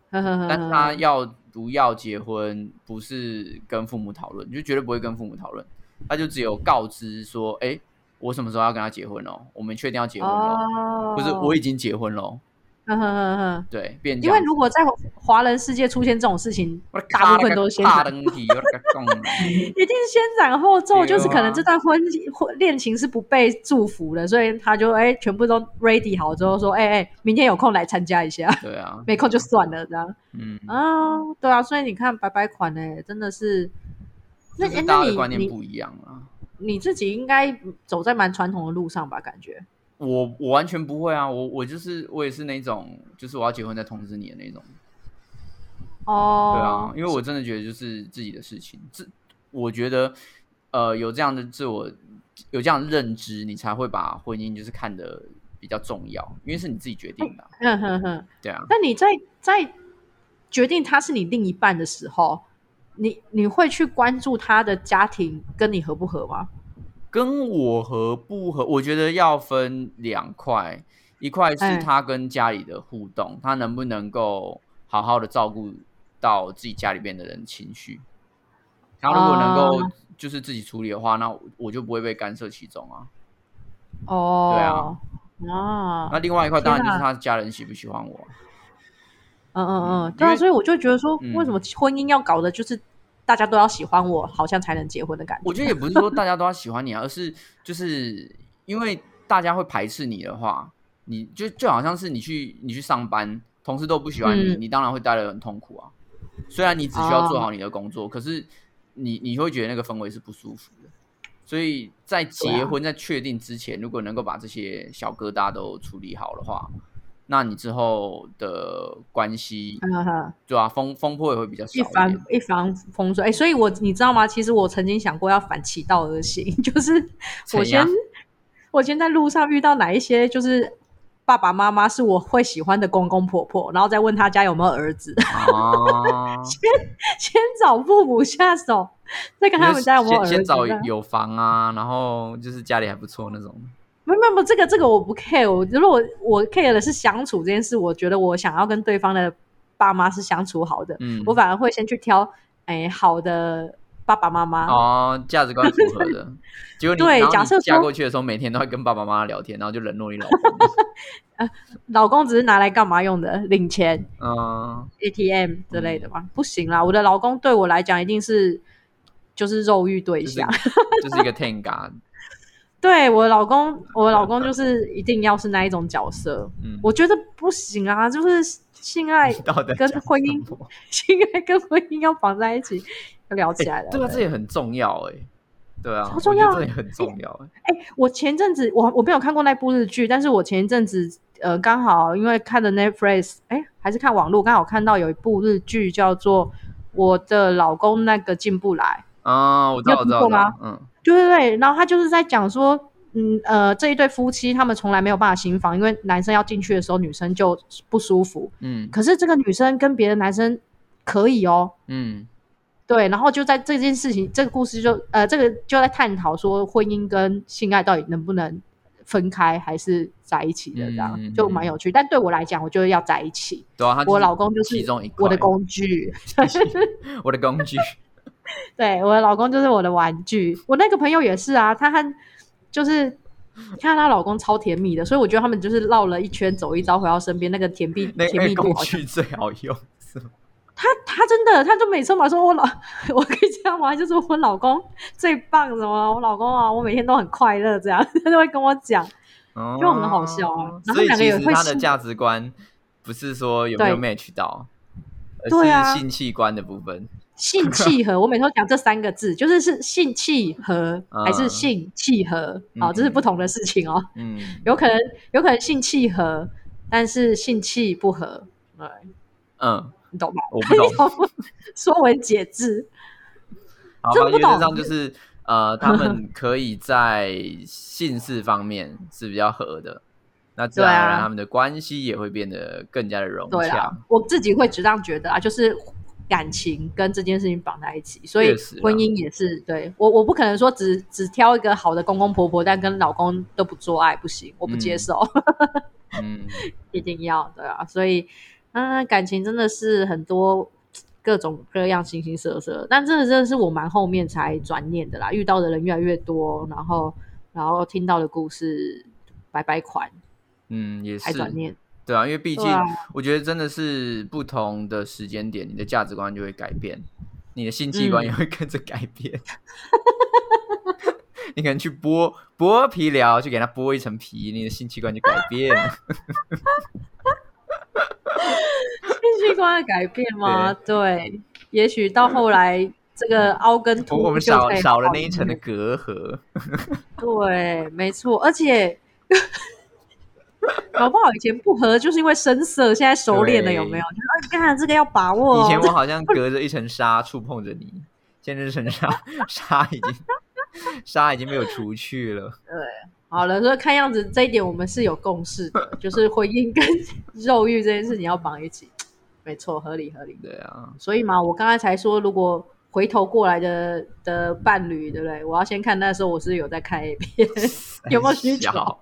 Speaker 1: 啊
Speaker 2: 但是他要不要结婚，不是跟父母讨论，就绝对不会跟父母讨论，他就只有告知说，哎、我什么时候要跟他结婚哦，我们确定要结婚了，
Speaker 1: 哦，
Speaker 2: 或者我已经结婚了，
Speaker 1: 嗯哼哼哼
Speaker 2: 对，变这
Speaker 1: 因
Speaker 2: 样
Speaker 1: 为
Speaker 2: 子
Speaker 1: 如果在华人世界出现这种事情，
Speaker 2: 我的
Speaker 1: 大部分都是先
Speaker 2: 卡
Speaker 1: 斩
Speaker 2: 那个大灯体，我的个供
Speaker 1: 一定先斩后奏，
Speaker 2: 对
Speaker 1: 就是可
Speaker 2: 啊
Speaker 1: 能这段婚婚恋情是不被祝福的，所以他就哎、全部都 ready 好之后说，哎、哎、明天有空来参加一下， (laughs)
Speaker 2: 对啊，
Speaker 1: 没空就算了这样。 (laughs)
Speaker 2: 嗯，
Speaker 1: 啊、对啊，所以你看白白款呢、真的是，那哎
Speaker 2: 就是
Speaker 1: 那
Speaker 2: 大家的
Speaker 1: 你
Speaker 2: 观念
Speaker 1: 你
Speaker 2: 不一样啊。
Speaker 1: 你自己应该走在蛮传统的路上吧？感觉
Speaker 2: 我我完全不会啊，我我就是我也是那种，就是我要结婚再通知你的那种。对啊
Speaker 1: 哦，，
Speaker 2: 因为我真的觉得就是自己的事情，自我觉得呃有这样的自我有这样认知，你才会把婚姻就是看得比较重要，因为是你自己决定的啊、
Speaker 1: 哼哼哼。
Speaker 2: 对啊，
Speaker 1: 但你在在决定他是你另一半的时候，你你会去关注他的家庭跟你合不合吗？
Speaker 2: 跟我合不合，我觉得要分两块，一块
Speaker 1: 哎
Speaker 2: 是他跟家里的互动，他能不能够好好的照顾到自己家里边的人情绪。他如
Speaker 1: 啊
Speaker 2: 果能够就是自己处理的话，那我我就不会被干涉其中啊。
Speaker 1: 哦，对啊，
Speaker 2: 那
Speaker 1: 啊，
Speaker 2: 另外一块当然
Speaker 1: 天
Speaker 2: 就
Speaker 1: 啊
Speaker 2: 是他家人喜不喜欢我啊。
Speaker 1: 嗯嗯嗯
Speaker 2: 嗯，
Speaker 1: 对
Speaker 2: 因
Speaker 1: 啊，
Speaker 2: 为
Speaker 1: 所以我就觉得说，
Speaker 2: 嗯
Speaker 1: 为什么婚姻要搞的就是大家都要喜欢我，好像才能结婚的感觉？
Speaker 2: 我觉得也不是说大家都要喜欢你啊，
Speaker 1: (laughs)
Speaker 2: 而是就是因为大家会排斥你的话，你就就好像是你去你去上班，同事都不喜欢你，
Speaker 1: 嗯
Speaker 2: 你当然会待得很痛苦啊。虽然你只需要做好你的工
Speaker 1: 哦
Speaker 2: 作，可是你你会觉得那个氛围是不舒服的。所以在
Speaker 1: 对
Speaker 2: 结
Speaker 1: 啊
Speaker 2: 婚、在确定之前，如果能够把这些小疙瘩都处理好的话，那你之后的关系，
Speaker 1: 嗯哼哼。
Speaker 2: 对啊，风风波也会比较少
Speaker 1: 一
Speaker 2: 一点
Speaker 1: 帆。一帆风顺。哎、所以我你知道吗？其实我曾经想过要反其道而行， (laughs) 就是我
Speaker 2: 怎样
Speaker 1: 先我先在路上遇到哪一些就是爸爸妈妈是我会喜欢的公公婆婆，然后再问他家有没有儿子， (laughs)
Speaker 2: 啊，
Speaker 1: 先找父母下手，再看他们家有没有儿
Speaker 2: 先
Speaker 1: 子。
Speaker 2: 先找
Speaker 1: 这样
Speaker 2: 有房啊，然后就是家里还不错那种。
Speaker 1: 没有没有没有，这个这个我不 care 我。如果我 care 的是相处这件事，我觉得我想要跟对方的爸妈是相处好的，
Speaker 2: 嗯，
Speaker 1: 我反而会先去挑哎好的爸爸妈妈。
Speaker 2: 哦，价值观符合
Speaker 1: (laughs)
Speaker 2: 的。结果你
Speaker 1: 对
Speaker 2: 然后你
Speaker 1: 假设说
Speaker 2: 嫁过去的时候，每天都要跟爸爸妈妈聊天，然后就冷落你老公。
Speaker 1: 老公只是拿来干嘛用的？领钱、 (laughs)
Speaker 2: 嗯，
Speaker 1: ATM 之类的吗？不行啦，我的老公对我来讲一定是就是肉欲对
Speaker 2: 就是
Speaker 1: 象。
Speaker 2: (laughs) 就是一个 tenga。
Speaker 1: (laughs) 对我的老公，我的老公就是一定要是那一种角色，
Speaker 2: 嗯，
Speaker 1: 我觉得不行啊，就是性爱 (laughs)
Speaker 2: 你 (laughs) 到底
Speaker 1: 跟
Speaker 2: 讲
Speaker 1: 婚
Speaker 2: 什
Speaker 1: 姻
Speaker 2: 么
Speaker 1: 性爱跟婚姻要绑在一起，要聊起来了。
Speaker 2: 对啊，这也很重要哎。对啊，
Speaker 1: 超
Speaker 2: 我
Speaker 1: 重
Speaker 2: 觉得
Speaker 1: 要
Speaker 2: 这也很重要哎。
Speaker 1: 哎、我前阵子我我没有看过那部日剧，但是我前一阵子呃刚好因为看的 Netflix，哎、还是看网络，刚好看到有一部日剧叫做《我的老公那个进不来
Speaker 2: 啊，我知
Speaker 1: 你
Speaker 2: 道，
Speaker 1: 有
Speaker 2: 我知道，
Speaker 1: 听过
Speaker 2: 我知
Speaker 1: 吗
Speaker 2: 道嗯，》，
Speaker 1: 对对对，然后他就是在讲说。嗯呃，这一对夫妻他们从来没有办法行房，因为男生要进去的时候，女生就不舒服。
Speaker 2: 嗯
Speaker 1: 可是这个女生跟别的男生可以哦，
Speaker 2: 嗯
Speaker 1: 对，然后就在这件事情，这个故事就呃，这个就在探讨说婚姻跟性爱到底能不能分开，还是在一起的这样，
Speaker 2: 嗯嗯嗯
Speaker 1: 就蛮有趣。但对我来讲，我就是要在一起，
Speaker 2: 对啊，他
Speaker 1: 我老公就是
Speaker 2: 其中一块
Speaker 1: 我的，工具，
Speaker 2: (laughs) 我的工具。
Speaker 1: 对，我的老公就是我的玩具。我那个朋友也是啊，她和就是看她老公超甜蜜的，所以我觉得他们就是绕了一圈走一遭回到身边，那个甜蜜
Speaker 2: (laughs)
Speaker 1: (laughs)
Speaker 2: 那
Speaker 1: 甜
Speaker 2: 那
Speaker 1: 蜜
Speaker 2: 个
Speaker 1: 度
Speaker 2: 工
Speaker 1: 好像。
Speaker 2: 具最好用，是吗？
Speaker 1: 他他真的，他就每次嘛说，我老 (laughs) 我可以这样吗？就是我老公最棒，什么我老公啊，我每天都很快乐，这样他就会跟我
Speaker 2: (laughs)
Speaker 1: 讲。
Speaker 2: 就
Speaker 1: 就很好笑啊然后
Speaker 2: 哦所以
Speaker 1: 两个
Speaker 2: 其
Speaker 1: 也
Speaker 2: 实
Speaker 1: 会
Speaker 2: 他的
Speaker 1: 信
Speaker 2: 价值观不是说有没有 match 到，
Speaker 1: 对
Speaker 2: 而
Speaker 1: 啊
Speaker 2: 是性器官的部分。
Speaker 1: 性契合，我每次都讲这三个字，就是是性契合
Speaker 2: 嗯
Speaker 1: 还是性契合？好、
Speaker 2: 嗯
Speaker 1: 这是不同的事情哦。
Speaker 2: 嗯，
Speaker 1: 有可能有可能性契合，但是性气不合，对，
Speaker 2: 嗯，
Speaker 1: 你懂吗？
Speaker 2: 我不
Speaker 1: (laughs)
Speaker 2: 懂
Speaker 1: 你，懂吗？说文解字，
Speaker 2: 好
Speaker 1: 真
Speaker 2: 吧，
Speaker 1: 不
Speaker 2: 原则
Speaker 1: 懂
Speaker 2: 上就是
Speaker 1: (laughs)
Speaker 2: 呃，他们可以在性事方面是比较合的，那自然
Speaker 1: 对啊
Speaker 2: 而然他们的关系也会变得更加的融
Speaker 1: 对啦
Speaker 2: 洽。，
Speaker 1: 我自己会这样觉得啊，就是感情跟这件事情绑在一起，所以
Speaker 2: 确实啊
Speaker 1: 婚姻也是对我，我不可能说只只挑一个好的公公婆婆，但跟老公都不做爱，不行，我不接受，
Speaker 2: 嗯，
Speaker 1: (laughs) 一定要对啊，所以嗯，感情真的是很多。各种各样形形色色，但这个真的是我蛮后面才转念的啦。遇到的人越来越多，然后然后听到的故事，百百款
Speaker 2: 嗯，也
Speaker 1: 才
Speaker 2: 是，
Speaker 1: 转念。
Speaker 2: 对啊，因为毕
Speaker 1: 对
Speaker 2: 竟
Speaker 1: 啊
Speaker 2: 我觉得真的是不同的时间点，你的价值观就会改变，你的性器
Speaker 1: 嗯
Speaker 2: 官也会跟着改变。 (laughs) 你可能去剥剥皮疗，去给它剥一层皮，你的性器官就改
Speaker 1: (laughs)
Speaker 2: 变了。 (laughs)
Speaker 1: 性器官的改变吗？对，也许到后来这个凹跟凸
Speaker 2: 嗯我们
Speaker 1: 就
Speaker 2: 少
Speaker 1: 可以
Speaker 2: 少了
Speaker 1: 好
Speaker 2: 那一层的
Speaker 1: 点。(laughs)
Speaker 2: 隔阂。
Speaker 1: 对，没错，而且搞不好以前不合就是因为生涩，现在熟练了
Speaker 2: 对
Speaker 1: 有没有？就是哎，看这个要把握哦。
Speaker 2: (laughs) 以前我好像隔着一层纱触碰着你，现在这层纱纱已经 (laughs) 沙已经没有除去了。
Speaker 1: (laughs) 好了，所以看样子这一点我们是有共识的，就是婚姻跟 (laughs) 肉欲这件事情要绑一起，没错，合理合理。
Speaker 2: 对啊，
Speaker 1: 所以嘛，我刚才才说，如果回头过来的的伴侣，对不对？我要先看那时候我是有在看 A
Speaker 2: (laughs)
Speaker 1: 片， (laughs) 有没有需求？
Speaker 2: 小？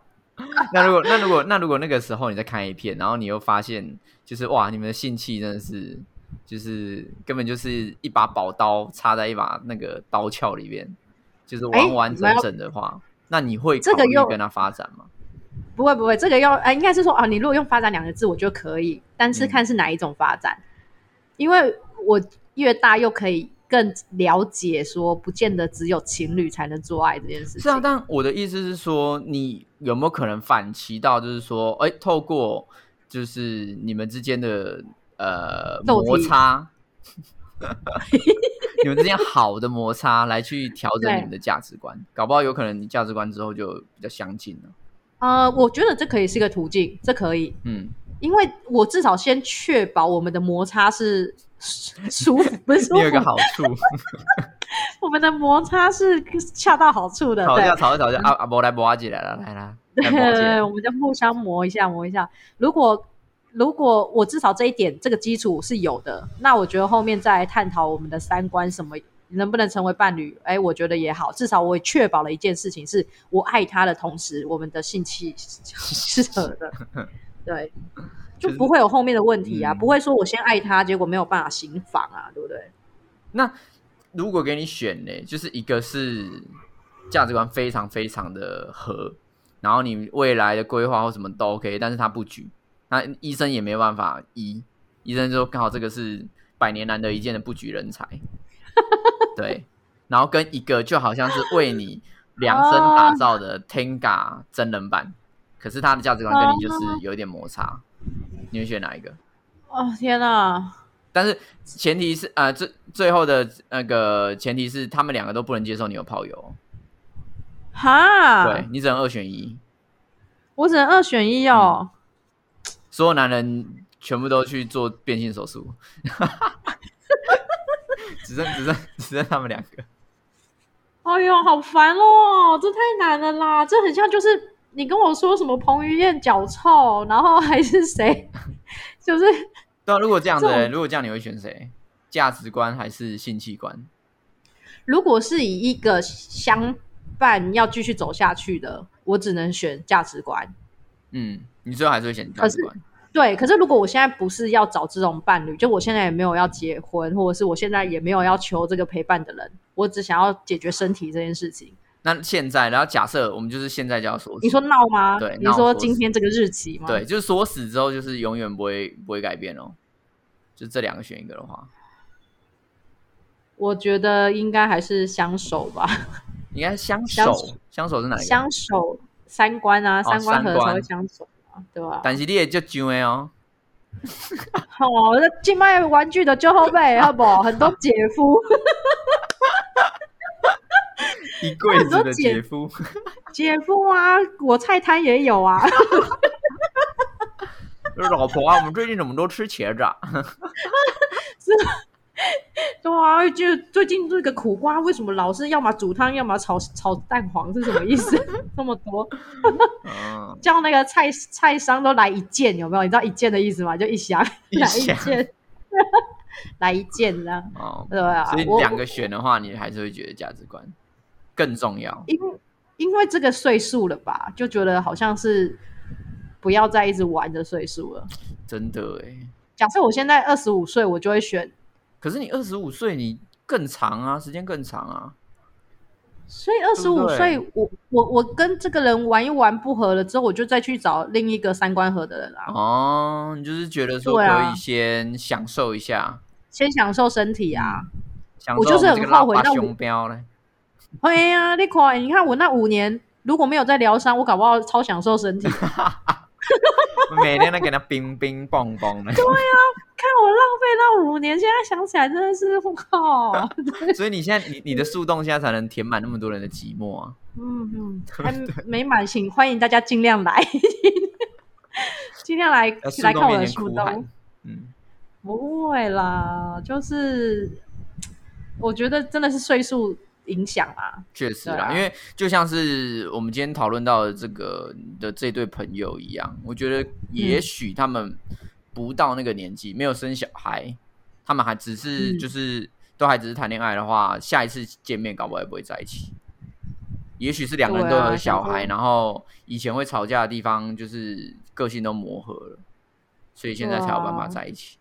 Speaker 2: (laughs) 那如果那如果那如果那个时候你在看 A 片，然后你又发现就是哇，你们的性器真的是就是根本就是一把宝刀插在一把那个刀鞘里边，就是完完整整的话，那你会
Speaker 1: 哎这
Speaker 2: 考
Speaker 1: 个
Speaker 2: 虑
Speaker 1: 又
Speaker 2: 跟他发展吗？
Speaker 1: 不会不会，这个要哎，应该是说啊，你如果用发展两个字，我觉得可以，但是
Speaker 2: 嗯
Speaker 1: 看是哪一种发展，因为我越大又可以更了解说，不见得只有情侣才能做爱这件事情。
Speaker 2: 是啊，但我的意思是说，你有没有可能反其道，就是说，哎、透过就是你们之间的呃
Speaker 1: 斗
Speaker 2: 摩
Speaker 1: 体
Speaker 2: 擦， (laughs) 你们之间好的摩擦来去调整你
Speaker 1: 对
Speaker 2: 们的价值观，搞不好有可能你价值观之后就比较相近了。
Speaker 1: 呃，我觉得这可以是一个途径，这可以，
Speaker 2: 嗯，
Speaker 1: 因为我至少先确保我们的摩擦是舒舒服，不是舒
Speaker 2: 你有一
Speaker 1: 服
Speaker 2: 个，好
Speaker 1: (laughs)
Speaker 2: 处，
Speaker 1: 我们的摩擦是恰到好处的，
Speaker 2: 吵
Speaker 1: 对
Speaker 2: 架。吵架吵架啊啊，我来磨起来了，来啦，来
Speaker 1: (laughs)
Speaker 2: 磨起来
Speaker 1: 对，。我们就互相磨一下，磨一下。如果如果我至少这一点这个基础是有的，那我觉得后面再来探讨我们的三观什么能不能成为伴侣，哎，我觉得也好，至少我也确保了一件事情，是我爱他的同时，我们的性气是合的，对，就
Speaker 2: 就是
Speaker 1: 不会有后面的问题啊，
Speaker 2: 嗯
Speaker 1: 不会说我先爱他，结果没有办法行房啊，对不对？
Speaker 2: 那如果给你选呢，就是一个是价值观非常非常的合，然后你未来的规划或什么都 OK，但是他不举，那医生也没办法医，医生说刚好这个是百年难得一见的不举人才，对，然后跟一个就好像是为你量身打造的 Tenga 真人版，可是他的价值观跟你就是有一点摩擦，你会选哪一个？
Speaker 1: 哦天哪，
Speaker 2: 但是前提是啊，呃最、最后的那个前提是他们两个都不能接受你有炮友，
Speaker 1: 哈，
Speaker 2: 对你只能二选一，
Speaker 1: 我只能二选一哦。
Speaker 2: 所有男人全部都去做变性手术， (laughs) 只剩只剩只剩他们两个，
Speaker 1: 哎呦，好烦哦！这太难了啦，这很像就是你跟我说什么彭于晏脚臭，然后还是谁， (laughs) 就是
Speaker 2: 对啊，如果这样子、
Speaker 1: 这种
Speaker 2: 如果这样你会选谁？价值观还是性器官？
Speaker 1: 如果是以一个相伴要继续走下去的，我只能选价值观。
Speaker 2: 嗯，你最后还是会选价值观。
Speaker 1: 对，可是如果我现在不是要找这种伴侣，就我现在也没有要结婚，或者是我现在也没有要求这个陪伴的人，我只想要解决身体这件事情。
Speaker 2: 那现在，然后假设我们就是现在就要说，
Speaker 1: 你说闹吗？
Speaker 2: 对
Speaker 1: 你
Speaker 2: 闹
Speaker 1: 说
Speaker 2: 说
Speaker 1: 今
Speaker 2: 是
Speaker 1: 天这个日期吗？
Speaker 2: 对，就是锁死之后就是永远不会不会改变哦。就这两个选一个的话，
Speaker 1: 我觉得应该还是相守吧。
Speaker 2: 应该相
Speaker 1: 相
Speaker 2: 守，相守是哪一个？哦
Speaker 1: 相守三观啊，三观合
Speaker 2: 三观
Speaker 1: 才会相守啊，对吧？
Speaker 2: 但是你也就上的哦，
Speaker 1: 好，那静脉玩具的就后
Speaker 2: (laughs)
Speaker 1: 背，好不好？很多姐夫， (laughs)
Speaker 2: 一柜子的姐夫，
Speaker 1: 姐夫啊，我菜摊也有啊。(laughs)
Speaker 2: (laughs) 就是老婆啊，我们最近怎么都吃
Speaker 1: (laughs)
Speaker 2: 茄子啊？
Speaker 1: 对啊，就最近这个苦瓜为什么老是要么煮汤，要么炒炒蛋黄，是什么意
Speaker 2: (laughs)
Speaker 1: 思？那么多，
Speaker 2: 嗯，
Speaker 1: 叫那个菜菜商都来一件，有没有？你知道一件的意思吗？就一箱，
Speaker 2: 嗯一
Speaker 1: (laughs) 来一
Speaker 2: 箱
Speaker 1: 件，来一件这样。
Speaker 2: 哦，
Speaker 1: 对啊，
Speaker 2: 所以
Speaker 1: 我
Speaker 2: 两个选的话，你还是会觉得价值观更重要。
Speaker 1: 因因为这个岁数了吧，就觉得好像是不要再一直玩的岁数了。
Speaker 2: 真的哎，
Speaker 1: 假设我现在二十五岁，我就会选，
Speaker 2: 可是你二十五岁，你更长啊，时间更长啊。
Speaker 1: 所以二十五岁，我我我跟这个人玩一玩不合了之后，我就再去找另一个三观合的人啊，
Speaker 2: 哦，你就是觉得说
Speaker 1: 对啊
Speaker 2: 可以先享受一下，
Speaker 1: 先享受身体啊。
Speaker 2: 享
Speaker 1: 我
Speaker 2: 受
Speaker 1: 就是
Speaker 2: 们这
Speaker 1: 很
Speaker 2: 个拉
Speaker 1: 后悔
Speaker 2: 花
Speaker 1: 但我
Speaker 2: 胸标嘞。
Speaker 1: 哎呀，你看，你看我那五年如果没有在疗伤，我搞不好超享受身体。看
Speaker 2: 每天都给他冰冰棒棒
Speaker 1: (laughs)
Speaker 2: 的，
Speaker 1: 我浪费那五年，现在想起来真的是我靠，
Speaker 2: 所以你现在你你的树洞现在才能填满那么多人的寂寞啊。
Speaker 1: 嗯嗯，
Speaker 2: (laughs)
Speaker 1: 还没满，请欢迎大家尽量来， (laughs) 尽量来 (laughs)
Speaker 2: 在树
Speaker 1: 来看
Speaker 2: 洞
Speaker 1: 我
Speaker 2: 面
Speaker 1: 的
Speaker 2: 前
Speaker 1: 树
Speaker 2: 哭
Speaker 1: 洞
Speaker 2: 喊。。嗯，
Speaker 1: 不会啦，就是我觉得真的是岁数影响啊。
Speaker 2: 确实
Speaker 1: 对
Speaker 2: 啦，
Speaker 1: 啊
Speaker 2: 因为就像是我们今天讨论到的这个你的这对朋友一样，我觉得也
Speaker 1: 嗯
Speaker 2: 许他们不到那个年纪，没有生小孩，他们还只是
Speaker 1: 嗯
Speaker 2: 就是、都还只是谈恋爱的话，下一次见面搞不好也不会在一起。也许是两个人都
Speaker 1: 对啊
Speaker 2: 有小孩，
Speaker 1: 想说
Speaker 2: 然后以前会吵架的地方就是个性都磨合了，所以现在才有办法
Speaker 1: 对啊
Speaker 2: 在一起。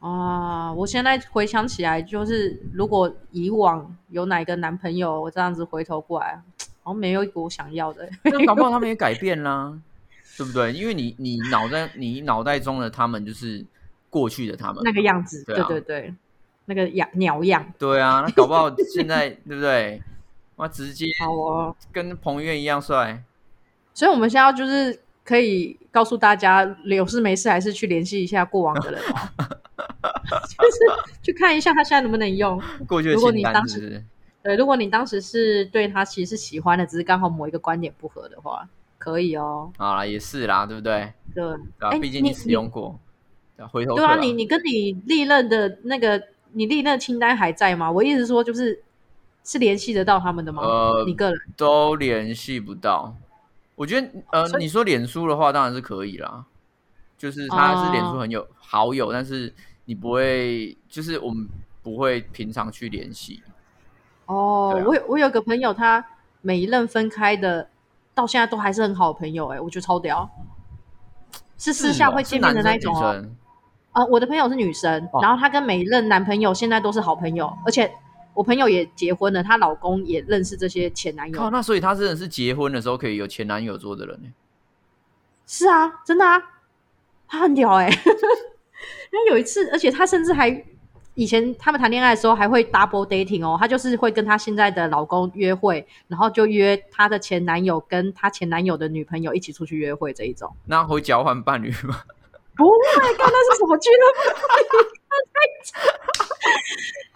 Speaker 1: 啊，我现在回想起来，就是如果以往有哪个男朋友，我这样子回头过来，好像没有一个我想要的、 (laughs)
Speaker 2: 那搞不好他们也改变啦， (laughs) 对不对？因为你你脑袋你脑袋中的他们就是过去的他们，
Speaker 1: 那个样子。
Speaker 2: 对
Speaker 1: 对
Speaker 2: 啊
Speaker 1: 对对，那个样鸟样，
Speaker 2: 对啊，那搞不好现在 (laughs) 对不对？哇，直接
Speaker 1: 好哦。
Speaker 2: 跟彭于晏一样帅，
Speaker 1: 所以我们现在就是可以告诉大家，有事没事还是去联系一下过往的人哦，就是去看一下他现在能不能用。
Speaker 2: 过去的
Speaker 1: 如果
Speaker 2: 清
Speaker 1: 你
Speaker 2: 单
Speaker 1: 当
Speaker 2: 是不是？
Speaker 1: 对，如果你当时是对他其实是喜欢的，只是刚好某一个观点不合的话，可以哦。
Speaker 2: 好啦，也是啦，对不对？
Speaker 1: 对，
Speaker 2: 对吧？
Speaker 1: 哎
Speaker 2: 毕竟
Speaker 1: 你
Speaker 2: 你使用过，对啊回头
Speaker 1: 对
Speaker 2: 客
Speaker 1: 啊，你你跟你历任的那个你历任清单还在吗？我意思说就是是联系得到他们的吗？
Speaker 2: 呃
Speaker 1: 你个人
Speaker 2: 都联系不到。我觉得呃，
Speaker 1: 所以
Speaker 2: 你说脸书的话当然是可以啦，就是他是脸书
Speaker 1: 哦
Speaker 2: 很有好友，但是你不会，就是我们不会平常去联系。
Speaker 1: 哦，
Speaker 2: 对啊
Speaker 1: 我有我有个朋友，他每一任分开的到现在都还是很好的朋友、哎，我觉得超屌。是私下
Speaker 2: 哦
Speaker 1: 会
Speaker 2: 是
Speaker 1: 见面的
Speaker 2: 男
Speaker 1: 那
Speaker 2: 生
Speaker 1: 一种
Speaker 2: 女
Speaker 1: 哦。
Speaker 2: 生
Speaker 1: 啊，我的朋友是女生，
Speaker 2: 哦
Speaker 1: 然后她跟每一任男朋友现在都是好朋友，而且我朋友也结婚了，她老公也认识这些前男
Speaker 2: 靠，
Speaker 1: 友。
Speaker 2: 那所以他真的是结婚的时候可以有前男友做的人欸呢、
Speaker 1: 是啊，真的啊，她很屌哎、欸。 (laughs) 然后有一次，而且她甚至还以前他们谈恋爱的时候还会 double dating 哦，她就是会跟她现在的老公约会，然后就约她的前男友跟她前男友的女朋友一起出去约会这一种。
Speaker 2: 那会交换伴侣吗？ (laughs)
Speaker 1: 不会，干 Oh 那是什么俱乐部？ (laughs)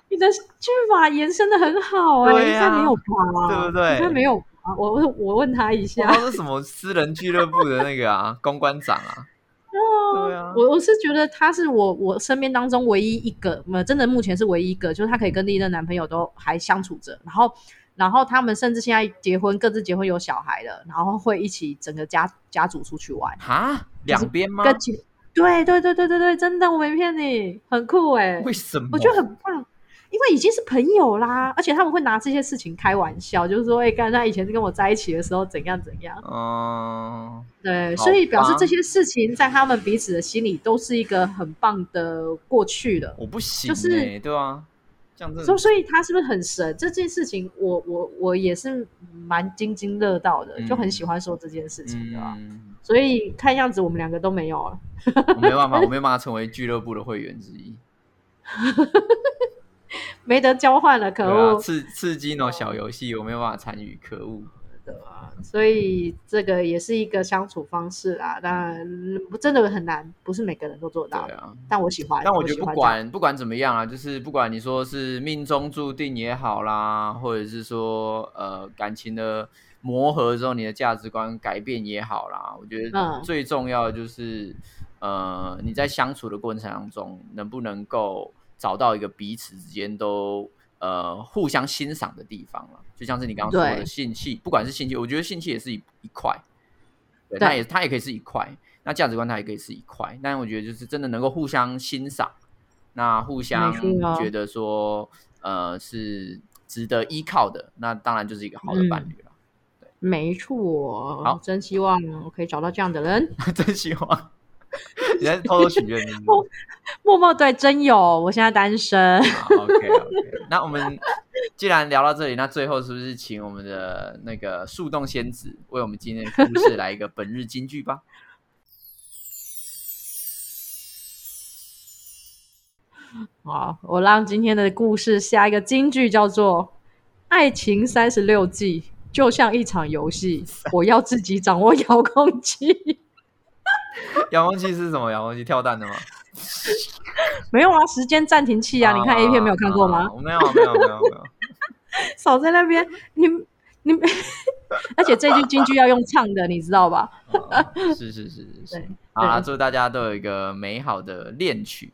Speaker 1: 你的句法延伸的很好哎、
Speaker 2: 对
Speaker 1: 应
Speaker 2: 啊
Speaker 1: 该没有吧？
Speaker 2: 对不对
Speaker 1: 应该哦没有吧？我我我问他一下
Speaker 2: 哇，他是什么私人俱乐部的那个啊，公关长啊？对啊，
Speaker 1: 我我是觉得他是我我身边当中唯一一个，呃，真的目前是唯一一个，就是他可以跟第一任男朋友都还相处着，然后然后他们甚至现在结婚，各自结婚有小孩了，然后会一起整个家家族出去玩，
Speaker 2: 哈，两边吗？
Speaker 1: 跟其对对对对对对，真的我没骗你，很酷哎、
Speaker 2: 为什么？
Speaker 1: 我觉得很棒，因为已经是朋友啦，而且他们会拿这些事情开玩笑，就是说，哎、干他以前跟我在一起的时候怎样怎样，
Speaker 2: 嗯，
Speaker 1: 对，
Speaker 2: 好
Speaker 1: 所以表示
Speaker 2: 吧
Speaker 1: 这些事情在他们彼此的心里都是一个很棒的过去了。
Speaker 2: 我不行、欸，
Speaker 1: 就是
Speaker 2: 对啊，这样真
Speaker 1: 所
Speaker 2: 的
Speaker 1: 以所以他是不是很神？这件事情我，我我也是蛮津津乐道的，就很喜欢说这件事情，对吧？
Speaker 2: 嗯，
Speaker 1: 所以看样子我们两个都没有了。
Speaker 2: 我没办法，我没办法成为俱乐部的会员之一。
Speaker 1: 没得交换了，可
Speaker 2: 对
Speaker 1: 恶！哦
Speaker 2: 啊，刺刺激那种小游戏，我没有办法参与，可恶。
Speaker 1: 所以这个也是一个相处方式啦，当然不真的很难，不是每个人都做
Speaker 2: 对
Speaker 1: 到，
Speaker 2: 啊，
Speaker 1: 但我喜欢。
Speaker 2: 但我觉
Speaker 1: 喜
Speaker 2: 得不
Speaker 1: 欢这样，
Speaker 2: 管不管怎么样啊，就是不管你说是命中注定也好啦，或者是说呃感情的磨合之后你的价值观改变也好啦，我觉得
Speaker 1: 嗯
Speaker 2: 最重要的就是、呃你在相处的过程当中能不能够找到一个彼此之间都。呃，互相欣赏的地方了，就像是你刚刚说的
Speaker 1: 对
Speaker 2: 兴趣，不管是兴趣，我觉得兴趣也是一一块，
Speaker 1: 对
Speaker 2: 对，它也它也可以是一块，那价值观它也可以是一块，但我觉得就是真的能够互相欣赏，那互相
Speaker 1: 没错哦
Speaker 2: 觉得说、呃是值得依靠的，那当然就是一个好的
Speaker 1: 嗯
Speaker 2: 伴侣了。 (laughs)
Speaker 1: 没错。
Speaker 2: 好
Speaker 1: 真希望我可以找到这样的人。
Speaker 2: 真希望你在偷偷许愿是不是
Speaker 1: 默默对真有，我现在单身。 (laughs)
Speaker 2: 好？OK OK，那我们既然聊到这里，那最后是不是请我们的那个树洞仙子为我们今天的故事来一个本日金句吧？
Speaker 1: 好，我让今天的故事下一个金句叫做“爱情三十六计”，就像一场游 (laughs) 戏，我要自己掌握遥控器。 (laughs)
Speaker 2: 遥控器是什么？遥控器跳蛋的吗？
Speaker 1: 没有啊，时间暂停器啊！你看 A 片没有看过吗？
Speaker 2: 啊我没有，没有，没有，没有。
Speaker 1: 少在那边，你你， (laughs) 而且这句京剧要用唱的，你知道 (laughs) 吧？
Speaker 2: 哦是是是是
Speaker 1: 对
Speaker 2: 是。好啦，
Speaker 1: 对
Speaker 2: 祝大家都有一个美好的恋曲。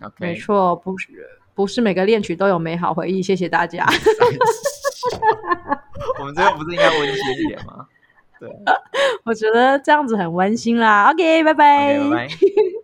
Speaker 2: OK，
Speaker 1: 没错，不是不是每个恋曲都有美好回忆，谢谢大家。
Speaker 2: (laughs)
Speaker 1: (laughs)
Speaker 2: 我们最后不是应该温馨一点吗？对
Speaker 1: 我觉得这样子很温馨啦。OK，拜
Speaker 2: o
Speaker 1: 拜。
Speaker 2: k 拜拜。